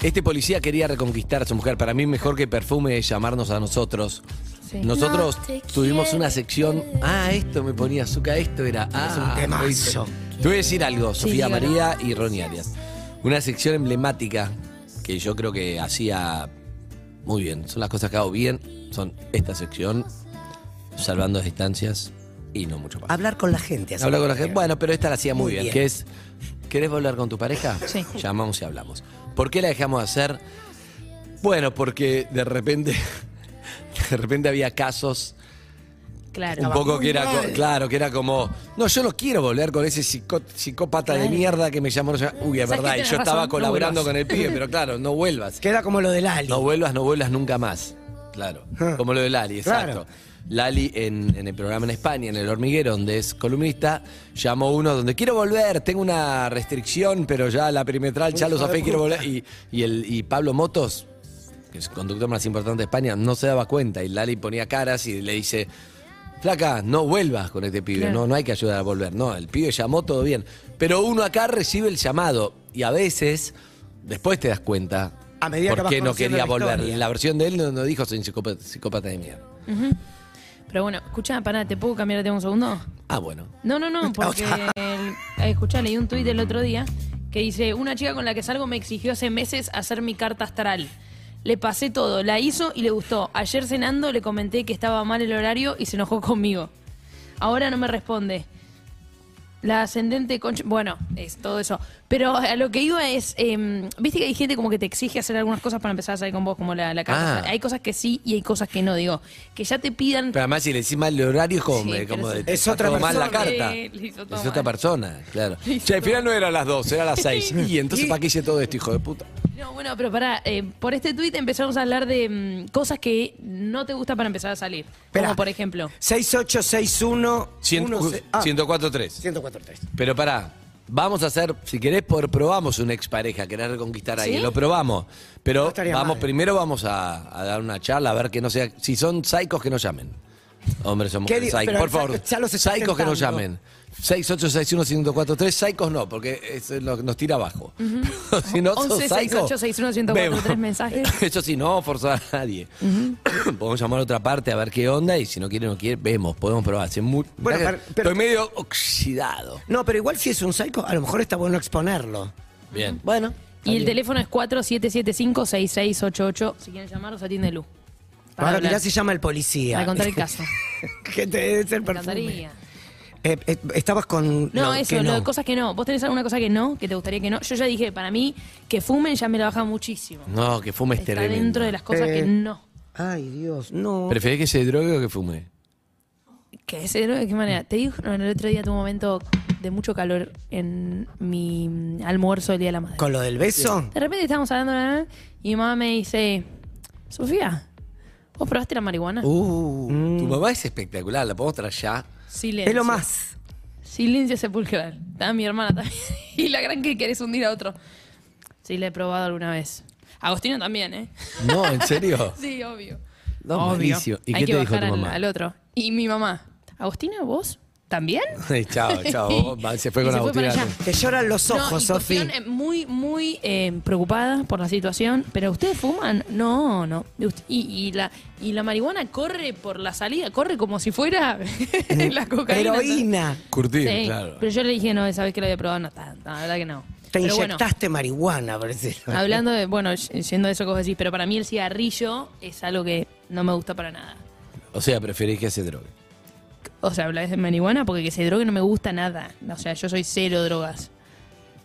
Este policía quería reconquistar a su mujer. Para mí, mejor que perfume es llamarnos a nosotros.
Sí.
Nosotros
No te
tuvimos
quiero
una sección. Ah, esto me ponía azúcar, esto era. Ah,
un temazo.
Te voy a decir algo, Sofía
dígalo.
María y Ronnie Arias. Una sección emblemática que yo creo que hacía muy bien. Son las cosas que hago bien. Son esta sección, salvando distancias y no mucho más.
Hablar con la gente. así.
Habla con la gente. Bueno, pero esta la hacía muy,
Muy
bien,
bien.
Que es, ¿querés volver con tu pareja?
Sí.
Llamamos y hablamos. ¿Por qué la dejamos de hacer? Bueno, porque de repente, de repente había casos
Claro.
un poco que era, co-
mal.
claro, que era como, no, yo no quiero volver con ese psicó- psicópata de mierda que me llamó, no llamó". uy, es
Sabes que
verdad, y
tenés
yo estaba
razón, no
colaborando
vuelvas.
con el pibe, pero claro, no vuelvas.
Queda como lo del Ali.
No vuelvas, no vuelvas nunca más. Claro.
Ah.
Como lo de Lali, exacto.
Claro.
Lali en, en el programa en España, en El Hormiguero, donde es columnista, llamó uno donde quiero volver, tengo una restricción, pero ya la perimetral ya lo
hijo de
saqué, quiero
puta.
volver. Y, y el, y Pablo Motos, que es el conductor más importante de España, no se daba cuenta. Y Lali ponía caras y le dice, Flaca, no vuelvas con este pibe,
Claro.
no, no hay que ayudar a volver. No, el pibe llamó todo bien. Pero uno acá recibe el llamado y a veces, después te das cuenta
A medida que
por
vas
qué no
conociendo
quería
la
volver.
historia.
La versión de él no, no dijo soy un psicópata, psicópata de mierda.
Pero bueno, escuchá, pará, ¿te puedo cambiar de tema un segundo?
Ah, bueno.
No, no, no, porque el, eh, escuchá, leí un tuit el otro día que dice, una chica con la que salgo me exigió hace meses hacer mi carta astral. Le pasé todo, la hizo y le gustó. Ayer cenando le comenté que estaba mal el horario y se enojó conmigo. ahora no me responde. La ascendente concha. Bueno, es todo eso. Pero a lo que iba es. em, Viste que hay gente como que te exige hacer algunas cosas para empezar a salir con vos, como la, la carta.
Ah.
O sea, Hay cosas que sí y hay cosas que no, digo. Que ya te pidan.
Pero además, si le decís mal el horario, es como.
Sí,
me-
pero
como
es-
de- te
Es otra
sacó mal la
persona.
carta.
Sí, le hizo todo
es otra
mal.
persona, claro.
Le hizo
Che, al
todo
final no eran las 12, eran las 6. y entonces, ¿para qué hice todo esto, hijo de puta?
No, bueno, pero pará. eh, por este tuit empezamos a hablar de mm, cosas que no te gusta para empezar a salir.
Esperá.
Como por ejemplo.
6861.
Cien-
ah.
104.3.
1043.
Pero pará, vamos a hacer, si querés, por, probamos una expareja, querer reconquistar a alguien.
¿Sí?
Lo probamos.
No
Pero
estaría
vamos,
mal.
primero vamos a, a dar una charla, a ver que no sea. Si son psicos, que no llamen. Hombres, somos
¿Qué digo?
psicos.
Pero
Por
el
favor,
psycho ya los está
psicos que no
tentando.
llamen. 6861-1043, psicos no, porque eso es lo que nos tira abajo. Pero si no sos
11
psycho,
6861-1043
vemos.
mensajes.
Eso sí, no vamos a forzar a nadie. Podemos llamar a otra parte a ver qué onda y si no quiere, no quiere, vemos, podemos probar. Hace mu- Mirá
Bueno,
que
pero- pero-
estoy medio oxidado.
No, pero igual si es un psycho, a lo mejor está bueno exponerlo.
Bien.
Bueno.
Y el teléfono es 4775-6688. Si quieren llamaros, atiende Lu. Para
Ahora
hablar,
mirá si llama el policía.
para contar el caso.
que te des el
Me
perfume.
encantaría.
Eh, eh, estabas con.
No,
lo
eso,
que
lo
no.
de cosas que no. ¿Vos tenés alguna cosa que no, que te gustaría que no? Yo ya dije, para mí, que fumen ya me la baja muchísimo.
No, que fume es
Está
tremendo.
dentro de las cosas
Eh.
que no.
Ay, Dios, no.
¿Preferís que se drogue o que fume?
¿Qué es? ¿De qué manera? Te digo, no, el otro día tuve un momento de mucho calor en mi mm, almuerzo del Día de la Madre.
¿Con lo del beso?
De repente estábamos hablando ¿eh? y mi mamá me dice, Sofía, ¿vos probaste la marihuana?
Uh, Tu mamá es espectacular, la podemos traer ya.
Silencio.
Es lo más.
Silencio sepulcral. Está mi hermana también. y la gran que querés hundir a otro. Sí, la he probado alguna vez. Agostino también, ¿eh?
No, en serio.
Sí, obvio.
No, malísimo. ¿Y
Hay
qué
que
te dijo
bajar
tu
al-
mamá?
Al, otro. Y mi mamá. ¿Agostina, vos? ¿También?
Ay, chao, chao. Va, Se fue
Y
con la
se fue
botella.
para allá.
Te lloran los
No,
ojos,
y
Sofi.
cuestión, eh, muy, muy eh, preocupada por la situación. ¿Pero ustedes fuman? No, no. Y ust- Y, y la, y la marihuana corre por la salida, corre como si fuera
Eh,
la cocaína.
Heroína.
Curtir,
Sí,
claro.
Pero yo le dije, no, esa vez que lo había probado, no está, no, la verdad que no.
Te
Pero bueno,
inyectaste marihuana, parece.
hablando de, bueno, y- yendo de eso que vos decís, pero para mí el cigarrillo es algo que no me gusta para nada.
O sea, preferís que se drogue.
O sea, habláis de marihuana porque que se drogue no me gusta nada. O sea, yo soy cero drogas.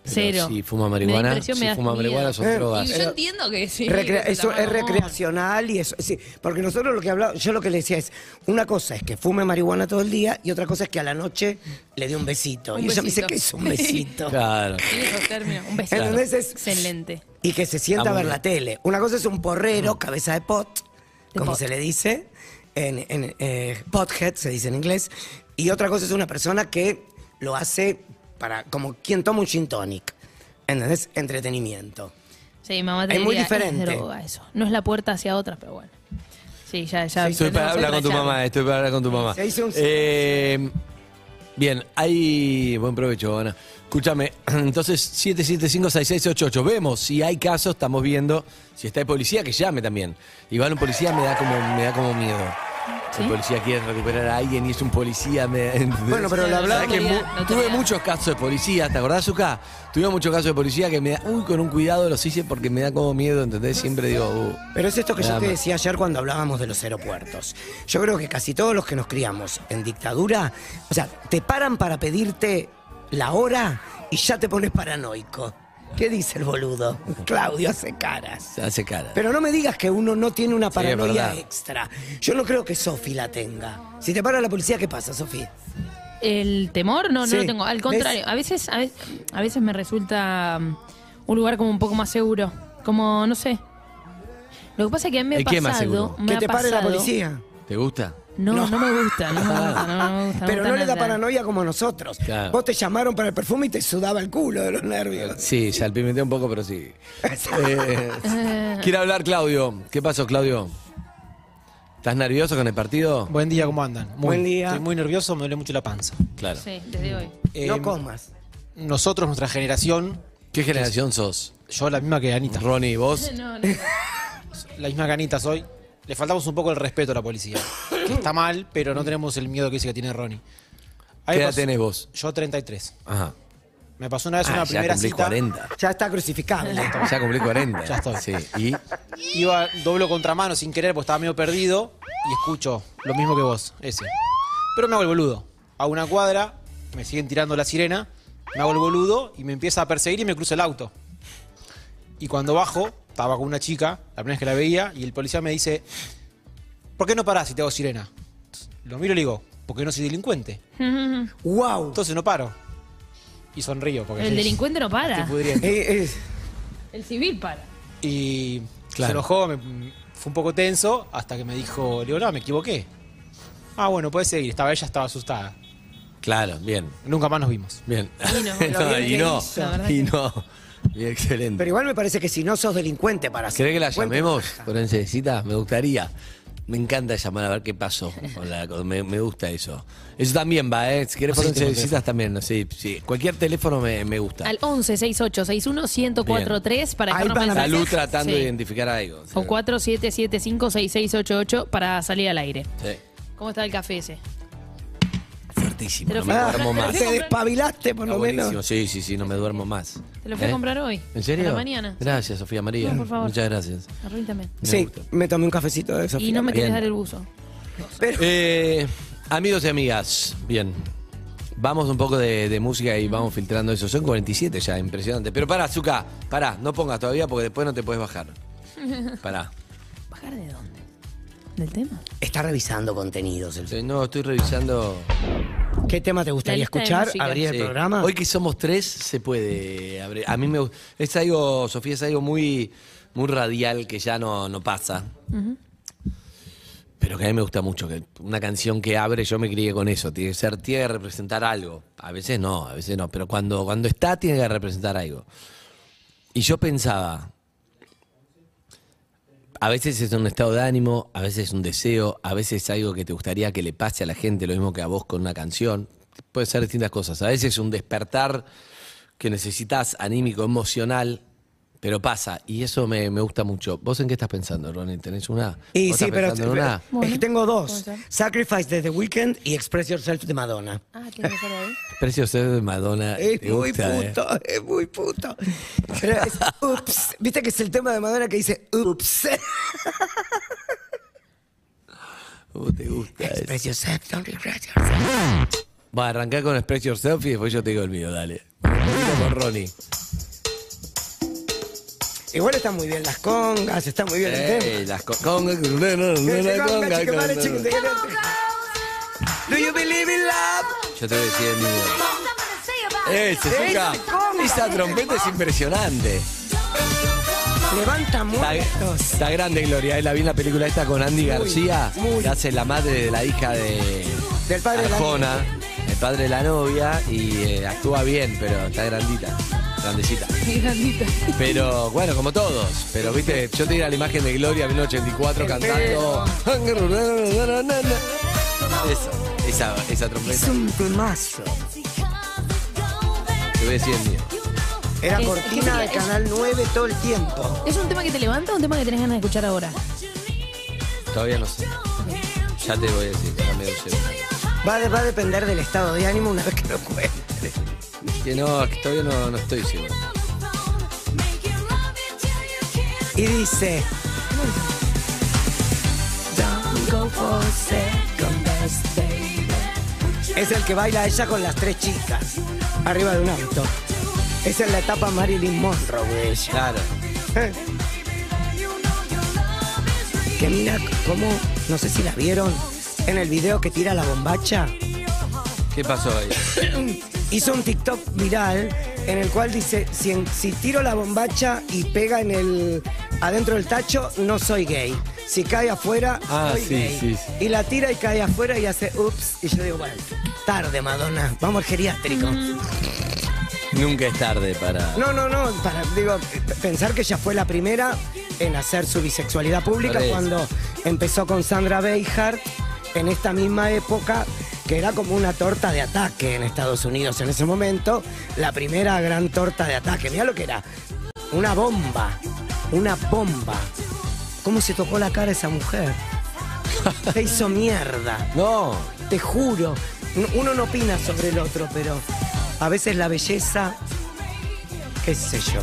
Pero
Cero.
Si fuma
Me da
marihuana, si
impresión, me da
fuma
miedo.
marihuana son
Eh,
Y
drogas.
yo entiendo que sí.
Recrea-
que
eso
está
es
mamón.
recreacional y eso. Sí, porque nosotros lo que hablamos, yo lo que le decía es, una cosa es que fume marihuana todo el día y otra cosa es que a la noche le dé un besito.
Un
y ella me dice
besito.
que es un besito.
Claro.
Tiene esos términos. Un beso.
Entonces es-
Excelente.
y que se sienta a ver la tele. Una cosa es un porrero, cabeza de pot,
De
como
pot.
se le dice, en, en, eh, pothead se dice en inglés, y otra cosa es una persona que lo hace para como quien toma un gin tonic. ¿Entendés? Entretenimiento.
Sí, mamá te
Es muy
diría,
diferente.
Es droga eso. No es la puerta hacia otras, pero bueno. Sí, ya, ya.
Estoy para
tenemos
hablar
otra
con tu
charla.
mamá, estoy para hablar con tu mamá.
Se hizo un-
Eh, bien, hay. Buen provecho, Ana. Escúchame, entonces 775-6688. Vemos si hay casos, estamos viendo. Si está el policía, que llame también. Igual un policía me da como, me da como miedo.
¿Sí?
El policía quiere recuperar a alguien y es un policía. me-
Bueno, pero
¿Sabés
lo hablamos-
que mu-
No te
Tuve
veas.
muchos casos de policía, ¿te acordás, Zuka? Tuve muchos casos de policía que me da. Uy, con un cuidado los hice porque me da como miedo, ¿entendés? Siempre digo. uh,
Pero es esto que
Nada
yo te
más.
decía ayer cuando hablábamos de los aeropuertos. Yo creo que casi todos los que nos criamos en dictadura, o sea, te paran para pedirte la hora y ya te pones paranoico. ¿Qué dice el boludo? Claudio hace caras.
se hace cara.
Pero no me digas que uno no tiene una paranoia
verdad.
extra. Yo no creo que Sofi la tenga. Si te para la policía, ¿qué pasa, Sofi?
El temor no,
Sí.
no lo tengo. Al contrario, a veces, a veces a veces me resulta mm, un lugar como un poco más seguro. Como, no sé. Lo que pasa es que a mí me ha
¿El qué más
pasado.
seguro?
me
Que
ha
te pare la
pasado-
policía.
¿Te gusta?
No, no, me gusta, no me gusta, no me gusta.
Pero
me gusta
no le da
nada.
paranoia como nosotros.
Claro.
Vos te llamaron para el perfume y te sudaba el culo de los nervios.
Sí, salpimenté un poco, pero sí. Eh, quiere hablar Claudio. ¿Qué pasó, Claudio? ¿Estás nervioso con el partido?
Buen día, ¿cómo andan? Muy,
Buen día.
Estoy muy nervioso, me duele mucho la panza.
Claro.
Sí, desde hoy.
Eh,
no comas.
Nosotros, nuestra generación,
¿Qué generación sos?
yo la misma que Anita,
Ronnie, ¿vos?
No, no.
la misma que Anita soy, le faltamos un poco el respeto a la policía. Que está mal, pero no tenemos el miedo que dice que tiene Ronnie. A mí
¿Qué edad
pasó-
tenés vos?
Yo 33.
Ajá.
Me pasó una vez
Ah,
una
ya
primera
cumplí
cita.
40.
Ya está crucificable.
Ya cumplí 40.
Ya estoy.
Sí. ¿Y?
Iba doblo contramano sin querer, porque estaba medio perdido, y escucho lo mismo que vos, ese. Pero me hago el boludo. a una cuadra, me siguen tirando la sirena, me hago el boludo y me empieza a perseguir y me cruza el auto. Y cuando bajo, estaba con una chica, la primera vez que la veía, y el policía me dice, ¿por qué no parás si te hago sirena? Lo miro y le digo, porque no soy delincuente.
¡Wow!
Entonces no paro. Y sonrío porque
El delincuente no para.
estoy
Eh,
pudriendo.
El civil para.
Y
Claro.
se enojó, me- fue un poco tenso, hasta que me dijo, le digo, no, me equivoqué. Ah, bueno, puede seguir. Estaba ella, estaba asustada.
Claro, bien,
Nunca más nos vimos.
bien.
Y no,
No,
lo
y
bien
no,
que hizo, la verdad
y
que-
no. Bien, excelente.
Pero igual me parece que si no sos delincuente para ser
¿Cree que la
delincuente,
llamemos,
baja.
Francesita? Me gustaría. Me encanta llamar a ver qué pasó. con la- con- me, me gusta eso. Eso también va, ¿eh? Si querés
Así
poner
tengo
Francesitas también, no sé. sí. Cualquier teléfono me, me gusta.
Al 11 68 61 1043 para
Ahí
dejarnos
van a-
mensajes.
Salud tratando de
Sí.
identificar algo.
O 4775 6688 para salir al aire.
Sí.
¿Cómo está el café ese?
Fuertísimo,
Pero
no me
fue-
duermo
pero
más.
fue-
Te despabilaste por
Está
lo
buenísimo,
menos.
Sí, sí, sí, no me duermo más.
Te lo fui
¿Eh?
a comprar hoy.
¿En serio?
A la mañana.
Gracias, Sofía María.
No, por favor.
Muchas gracias.
A Rubén también.
Me
sí,
gusta.
me tomé un cafecito de eso.
Y no me
Bien.
quieres dar el buzo.
Pero
Eh, amigos y amigas, bien. Vamos un poco de, de música y vamos filtrando eso. Son 47 ya, impresionante. Pero pará, Zuka, pará, no pongas todavía porque después no te puedes bajar. Pará.
¿Bajar de dónde? ¿Del tema?
está revisando contenidos. el-
Sí, No, estoy revisando.
¿Qué tema te gustaría
lista de
escuchar?
música.
¿Abrir
Sí.
el programa?
Hoy que somos tres, se puede abrir. A mí me gu- Es algo, Sofía, es algo muy, muy radial que ya no, no pasa. Pero que a mí me gusta mucho. Que una canción que abre, yo me crié con eso. Tiene que ser, tiene que representar algo. A veces no, a veces no. Pero cuando, cuando está, tiene que representar algo. Y yo pensaba. A veces es un estado de ánimo, a veces es un deseo, a veces es algo que te gustaría que le pase a la gente, lo mismo que a vos con una canción. Puede ser distintas cosas. A veces es un despertar que necesitas anímico, emocional, pero pasa. Y eso me, me gusta mucho. ¿Vos en qué estás pensando, Ronnie? ¿Tenés una?
Y
¿Vos
sí,
estás
pero,
pensando en
pero-
una?
es que tengo dos.
puede ser.
Sacrifice de The Weeknd y Express Yourself de Madonna.
Ah, tiene que ser ahí.
Precioso de Madonna.
Es
te
muy
gusta, eh.
puto, es muy puto. Pero es ups. Viste que es el tema de Madonna que dice ups.
Uh, te gusta. eh.
Express yourself, don't regret yourself.
Va a arrancar con Express Yourself y después yo te digo el mío, dale. Vamos con Ronnie.
Igual están muy bien las congas, está muy bien el tema.
Ey, las co- congas, congas, congas, congas.
Do you believe in love?
Yo te voy a decir el mío. Ese,
Ese
Zucca.
conga,
Esa
ese
trompeta es impresionante.
Levanta
Está,
muertos.
está grande Gloria. eh, La vi en la película esta con Andy García.
muy.
que hace la madre de la hija de
Del padre de la
Arjona, el padre de la novia. Y eh, actúa bien, pero está grandita. Grandecita.
Qué grandita.
Pero bueno, como todos. Pero viste, yo te diría la imagen de Gloria 1984 cantando. Eso, esa, esa
Es
trompeta.
un temazo.
Te voy a decir el mío.
Era
Es-
cortina de
es-
Canal 9 todo el tiempo.
¿Es un tema que te levanta o un tema que tenés ganas de escuchar ahora?
Todavía no sé. Ya te voy a decir, dame un segundo.
Va, a- va a depender del estado de ánimo una vez que lo cuente.
Que no, es que todavía no, no estoy seguro.
Y dice... "Don't go for second best, baby". Es el que baila ella con las tres chicas, arriba de un auto. Esa es la etapa Marilyn Monroe de ella. ¿Eh?
Claro.
Que mira cómo, no sé si la vieron, en el video que tira la bombacha,
¿Qué pasó ahí?
hizo un TikTok viral en el cual dice, si, en- si tiro la bombacha y pega en el adentro del tacho, no soy gay. Si cae afuera,
Ah,
soy
sí,
gay.
sí, sí.
Y la tira y cae afuera y hace, ups, y yo digo, bueno, tarde, Madonna, vamos al geriátrico.
Nunca es tarde para.
No, no, no, para, digo, p- pensar que ella fue la primera en hacer su bisexualidad pública
Por eso.
cuando empezó con Sandra Beijar en esta misma época, que era como una torta de ataque en Estados Unidos en ese momento, la primera gran torta de ataque. Mira lo que era, una bomba, una bomba. ¿Cómo se tocó la cara esa mujer? Se hizo mierda,
No.
te juro. N- Uno no opina sobre el otro, pero a veces la belleza, qué sé yo.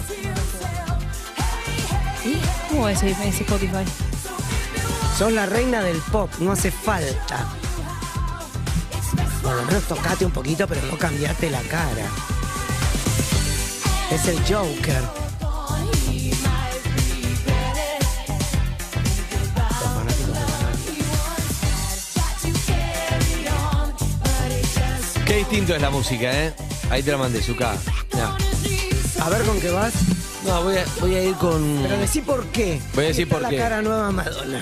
¿Sí? ¿Cómo es ese, ese Spotify?
Sos la reina del pop, no hace falta. Por lo menos tocate un poquito, pero no cambiate la cara. Es el Joker. Los fanáticos de Banana.
Qué distinto es la música, ¿eh? Ahí te la mandé, Zuka. Mirá.
A ver con qué vas.
No, voy a, voy a ir con.
Pero decí por qué.
Voy a decir
Está
por
la
qué.
cara nueva Madonna.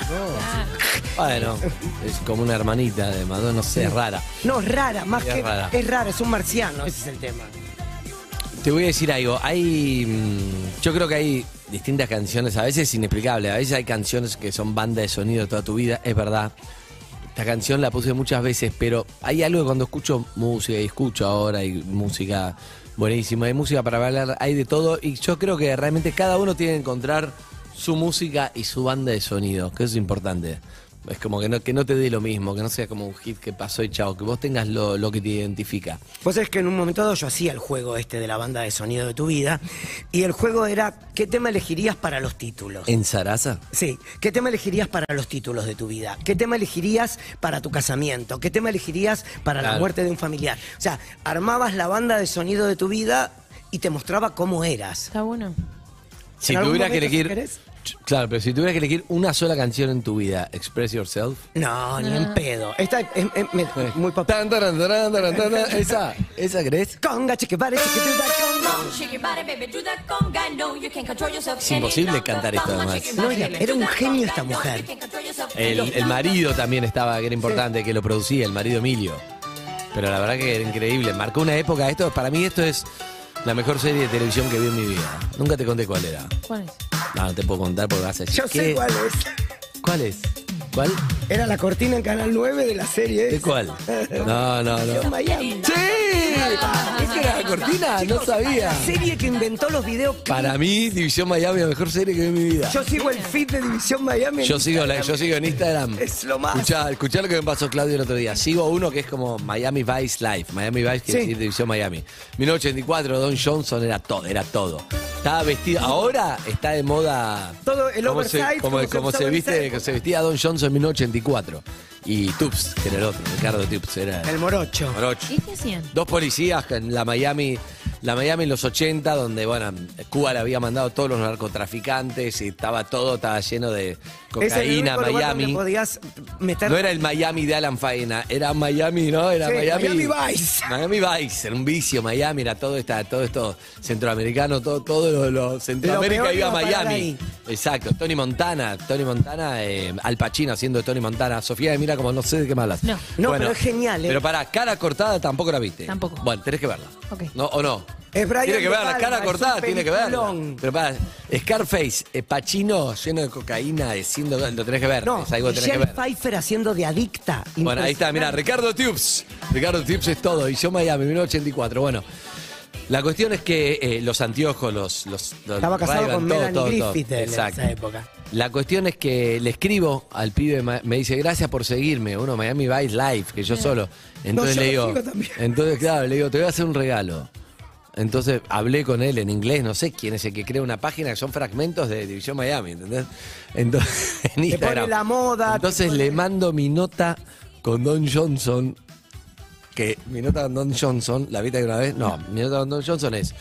Bueno, es como una hermanita de Madonna, no sé, es rara.
No, es rara, más
Es
que.
rara.
Es rara, es un marciano, ese es el tema.
Te voy a decir algo. Hay. mm, Yo creo que hay distintas canciones, a veces inexplicable. A veces hay canciones que son banda de sonido toda tu vida, es verdad. Esta canción la puse muchas veces, pero hay algo que cuando escucho música y escucho ahora, hay música buenísima, hay música para bailar, hay de todo. Y yo creo que realmente cada uno tiene que encontrar su música y su banda de sonido, que eso es importante. Es como que no, que no te dé lo mismo, que no sea como un hit que pasó y chao, que vos tengas lo, lo que te identifica.
Vos sabés que en un momento dado yo hacía el juego este de la banda de sonido de tu vida. Y el juego era: ¿qué tema elegirías para los títulos?
¿En Sarasa?
Sí, ¿qué tema elegirías para los títulos de tu vida? ¿Qué tema elegirías para tu casamiento? ¿Qué tema elegirías para la
Claro.
muerte de un familiar? O sea, armabas la banda de sonido de tu vida y te mostraba cómo eras.
Está bueno.
Si
¿En algún
tuvieras que
momento, si
elegir.
querés?
Ch- claro, pero si tuvieras que elegir una sola canción en tu vida, Express Yourself.
No, ni en pedo. Esta es, es- es- me- muy papá.
Tan, taran, taran, taran, taran. Esa, esa crees.
Conga, chique, pare, chique, tuda, conga.
Es imposible cantar esto además.
No, era, era un genio esta mujer.
El, el marido también estaba, que era importante, que lo producía, el marido Emilio. Pero la verdad que era increíble. Marcó una época. Esto, para mí, esto es la mejor serie de televisión que vi en mi vida. Nunca te conté cuál era.
¿Cuál es?
No, no te puedo contar porque vas a decir.
Yo sé
¿qué?
cuál es.
¿Cuál es? ¿Cuál?
Era la cortina en Canal 9 de la serie.
¿De
esa.
cuál? No, no,
En
no.
Miami.
¡Sí! ¿Esa era la cortina? No sabía.
La serie que inventó los videoclips.
Para mí, División Miami es la mejor serie que vi en mi vida.
Yo sigo el feed de División Miami. en
Yo sigo, la-
Instagram.
yo sigo en Instagram.
Es lo más.
Escuchá, escuchá lo que me pasó Claudio el otro día. Sigo uno que es como Miami Vice Life. Miami Vice quiere
Sí.
decir División Miami. 1984, Don Johnson era todo, era todo. Estaba vestido. Ahora está de moda.
Todo el
cómo se-
oversize,
Como,
cómo se
como se,
usaba en esa
viste,
época.
se vestía Don Johnson en 1984. Y Tubbs, que era el otro, Ricardo Tubbs, era
El morocho.
morocho.
¿Y qué hacían?
Dos policías en la Miami, la Miami en los 80, donde bueno, Cuba le había mandado todos los narcotraficantes y estaba todo, estaba lleno de
Ese era el
cocaína,
único lugar
Miami.
donde podías meter.
No era el Miami de Alan Faena, era Miami, ¿no? Era
Sí,
Miami.
Miami Vice.
Miami Vice, era un vicio, Miami, era todo esta, todo esto centroamericano, todo, todo lo, lo-
Lo
Centroamérica
peor
iba a
iba a parar
Miami.
ahí.
Exacto, Tony Montana, Tony Montana, eh, Al Pacino haciendo de Tony Montana, Sofía, mira como no sé de qué me hablas.
No.
No, pero es genial, ¿eh?
Pero para cara cortada tampoco la viste.
Tampoco.
Bueno, tenés que verla.
Ok.
No, o no.
Es Brian
tiene que
De
verla,
Palma,
cara
es un
cortada, tiene que verla.
peliculón.
Pero para, Scarface, eh, Pacino lleno de cocaína, diciendo, lo tenés que ver.
No,
es algo que tenés que
Michelle
ver.
Pfeiffer haciendo de adicta.
Bueno, ahí está, mira, Ricardo Tubes. Ricardo Tubes es todo. Y yo Miami, 1984. Bueno, la cuestión es que eh, los anteojos, los. los, los
Estaba casado
Ray-Ban,
con
todo,
Melanie
todo, todo.
Griffith en
Exacto.
esa época.
La cuestión es que le escribo al pibe, ma- me dice, gracias por seguirme, uno Miami Vice Live, que yo solo. Entonces
yo
le
lo
digo,
sigo también.
entonces claro, le digo, te voy a hacer un regalo. Entonces hablé con él en inglés, no sé quién es el que crea una página que son fragmentos de División Miami, ¿entendés? Entonces, en Instagram.
la moda, te
Entonces
pone-
le mando mi nota con Don Johnson que mi nota con Don Johnson, la viste alguna vez, no, mi nota con Don Johnson es,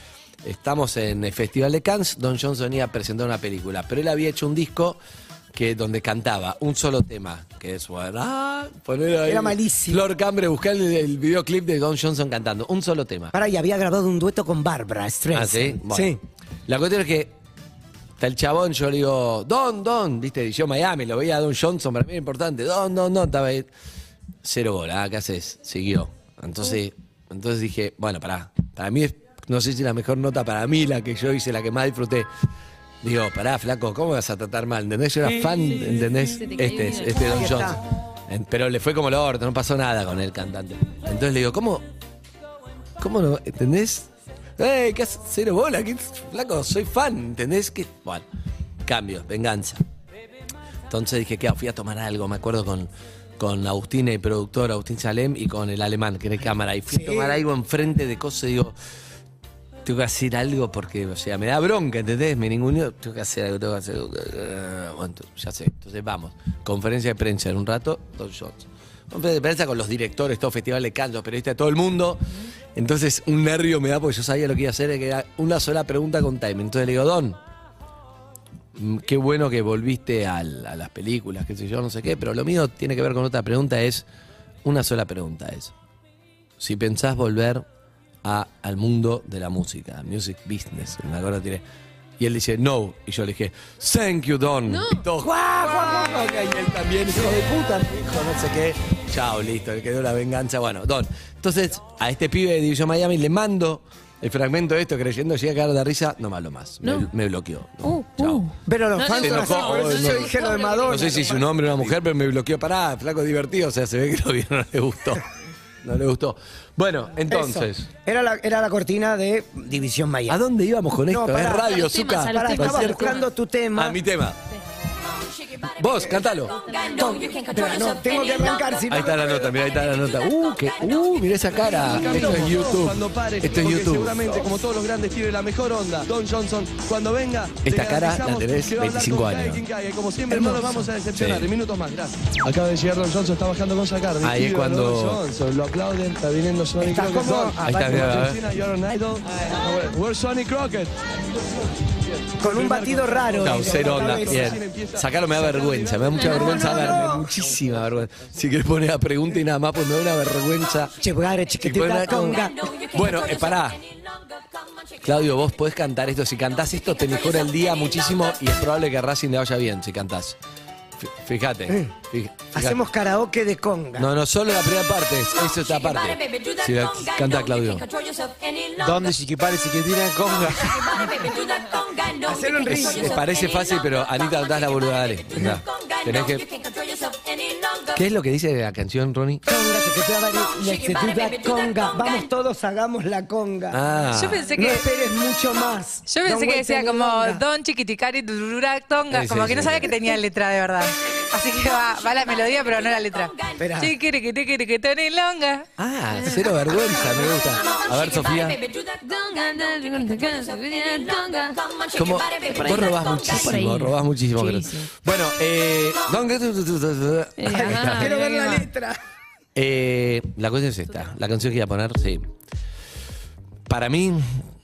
estamos en el Festival de Cannes, Don Johnson iba a presentar una película, pero él había hecho un disco que donde cantaba un solo tema, que es ah, poner ahí,
Era malísimo.
Flor Cambre, buscar el, el videoclip de Don Johnson cantando, un solo tema.
Para, y había grabado un dueto con Barbara Streisand.
Ah, sí. Bueno.
Sí.
La cuestión es que está el chabón, yo le digo, Don, Don, viste, yo Miami, lo veía a Don Johnson, para mí era importante, Don, Don, Don, estaba ahí. Cero bola, ah, ¿qué haces? Siguió. Entonces, entonces dije, bueno, pará, para mí es, no sé si la mejor nota para mí, la que yo hice, la que más disfruté. Digo, pará, flaco, ¿cómo me vas a tratar mal? ¿Entendés? Yo era fan, ¿entendés?
Se te cayó
Este, es,
bien.
este Don Johnson. En- Pero le fue como lo orto, no pasó nada con el cantante. Entonces le digo, ¿cómo, ¿Cómo no? ¿Entendés? ¡Ey! ¿Qué haces? Cero bola, qué flaco, soy fan, ¿entendés? Que, bueno, cambio, venganza. Entonces dije, que Fui a tomar algo, me acuerdo con, con Agustín, el productor, Agustín Salem, y con el alemán, que era el cámara. Y fui a tomar algo enfrente de cosas y digo, tengo que hacer algo porque, o sea, me da bronca, ¿entendés? Me ninguneo, tengo que hacer algo, ah, tengo que hacer algo. Bueno, ya sé, entonces vamos. Conferencia de prensa en un rato, Don Johnson. conferencia de prensa con los directores, todo festival de canto, periodistas de todo el mundo. Entonces un nervio me da porque yo sabía lo que iba a hacer, que era una sola pregunta con timing. Entonces le digo, Don, mm, qué bueno que volviste al- a las películas, qué sé yo, no sé qué, pero lo mío tiene que ver con otra pregunta, es una sola pregunta, es, si pensás volver a- al mundo de la música, music business, me acuerdo tiene... Y él dice, no. Y yo le dije, thank you, Don. Y todos, "Guau, guau, guau". Y él también, hijo de puta, hijo, no sé qué. Chao, listo, le quedó la venganza. Bueno, Don. Entonces, a este pibe de División Miami le mando el fragmento de esto creyendo que iba a quedar de risa. No malo más. Me- Me,
No.
bloqueó. No,
Uh,
chao.
uh.
Pero los
No,
fans
no,
son
no,
así,
no,
por eso
no,
yo
no.
dije lo de
No
Madonna.
No sé si es un hombre o una mujer, pero me bloqueó. Pará, flaco divertido. O sea, se ve que lo vieron, no le gustó. No le gustó. Bueno, entonces.
Eso. Era la, era la cortina de División
¿A
Miami.
dónde íbamos con esto?
pará.
es radio,
Los temas,
Zucca.
a los
Pará,
temas,
estaba
Cierto.
buscando tu tema.
Ah, mi tema. Vos, cantalo.
Espera, no, tengo que arrancar. Si no-
Ahí está la nota, mira, ahí está la nota. Uh, que, uh, mira esa cara. Esto es YouTube. Esto es YouTube.
como todos los grandes, tiene la mejor onda. Don Johnson, cuando venga,
Esta cara la tenés 25 años.
como siempre, no los vamos a decepcionar.
Sí.
En minutos más, gracias. Acaba de llegar Don Johnson, está bajando con Jacardi.
Ahí es
Tío,
cuando-
Don Johnson, lo aplauden, está viniendo Sonic
Estás
Crockett.
como-
Don,
Ah,
Ahí está, mira, a ver.
Argentina, you're an idol. Where's Sonic Crockett?
Con un batido raro.
No, cero onda.
Cabeza.
Bien. Sacarlo me da vergüenza, me da mucha vergüenza verme, muchísima vergüenza. Si querés poner la pregunta y nada más, pues me da una vergüenza.
Che, pues Gare, chiquitita,
Bueno,
conga.
Bueno, eh, pará. Claudio, vos podés cantar esto. Si cantás esto, te mejora el día muchísimo y es probable que a Racing le vaya bien si cantás. Fi- Fíjate. fij- fíjate.
Eh, Hacemos karaoke de conga.
No, no, solo la primera parte. es- Eso está aparte. Si la- canta Claudio.
¿Dónde Chiquipare, Chiquitina, Conga?
Hacer un
Es-
ritmo.
es- parece fácil, pero Anita, das la boluda, dale. Andá. Tenés que- ¿Qué es lo que dice la canción, Ronnie?
Conga, chiquitita, Gare, chiquitita, conga. Vamos todos, hagamos la conga.
Ah.
Yo pensé
No
que.
esperes mucho más.
Yo pensé
Don't
que
wait
decía
any
como
longer.
Don Chiquiticari, Dururura, Tonga,
Sí,
como
sí,
que no
sí.
sabía que tenía letra de verdad. Así que va, va la melodía, pero no la letra.
Esperá.
Chiquiriquitiquitoni longa.
Ah, cero vergüenza, me gusta. A ver, Sofía. ¿Cómo? Vos robás
Por ahí.
muchísimo, robás muchísimo.
Sí,
creo.
sí.
Bueno, eh, don-
Eh,
Ahí está.
ajá, mira
Quiero ver
qué
la
va.
letra.
Eh, la cosa es esta. La canción que iba a poner, sí. Para mí,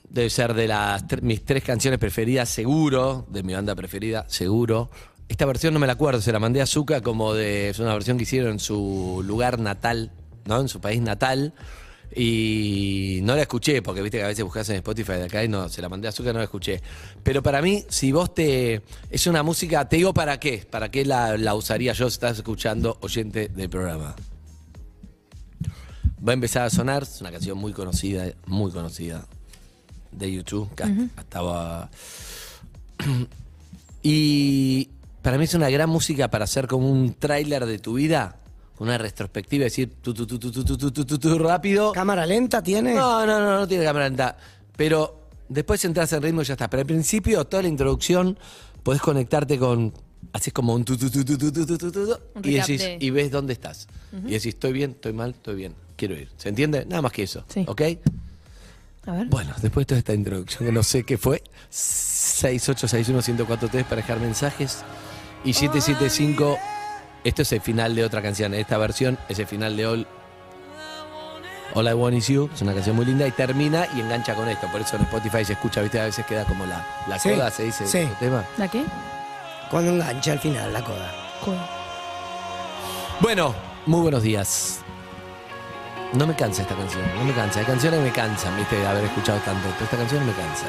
debe ser de las tre- mis tres canciones preferidas, seguro, de mi banda preferida, seguro. Esta versión no me la acuerdo, se la mandé a Zuka como de. Es una versión que hicieron en su lugar natal, ¿no? En su país natal. Y no la escuché, porque viste que a veces buscas en Spotify de acá y no, se la mandé a Zuka, no la escuché. Pero para mí, si vos te. Es una música, te digo para qué, para qué la, la usaría yo si estás escuchando oyente del programa va a empezar a sonar. Es una canción muy conocida, muy conocida de YouTube. que estaba. Y para mí es una gran música para hacer como un tráiler de tu vida, una retrospectiva, decir tu, tu, tu, tu, tu, tu, tu, tu, tu, tu, rápido.
¿Cámara lenta tiene?
No, no, no, no tiene cámara lenta. Pero después entras en ritmo y ya está. Pero al principio, toda la introducción, podés conectarte con. Haces como un tu, tu, tu, tu, tu, tu, tu, tu, tu,
Un
y,
recap
decís,
de-
y ves dónde estás. Y decís, estoy bien, estoy mal, estoy bien, quiero ir. ¿Se entiende? Nada más que eso.
Sí.
¿Ok?
A ver.
Bueno, después de toda esta introducción, que no sé qué fue, 6861-1043 para dejar mensajes y 775. Esto es el final de otra canción. Esta versión es el final de All. All I Want Is You, es una canción muy linda y termina y engancha con esto. Por eso en Spotify se escucha, ¿viste? A veces queda como la, la
Sí,
coda, se dice
sí.
el tema.
¿La qué?
Cuando engancha al final la coda.
Bueno, muy buenos días. No me cansa esta canción, no me cansa. Hay canciones que me cansan, viste, de haber escuchado tanto. Pero esta canción me cansa.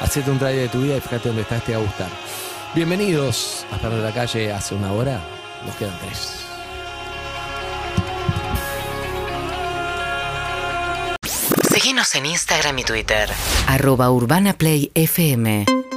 Hacete un trailer de tu vida y fíjate dónde estás, te va a gustar. Bienvenidos a Perro de la Calle hace una hora. Nos quedan tres.
Seguinos en Instagram y Twitter. Arroba Urbana Play FM.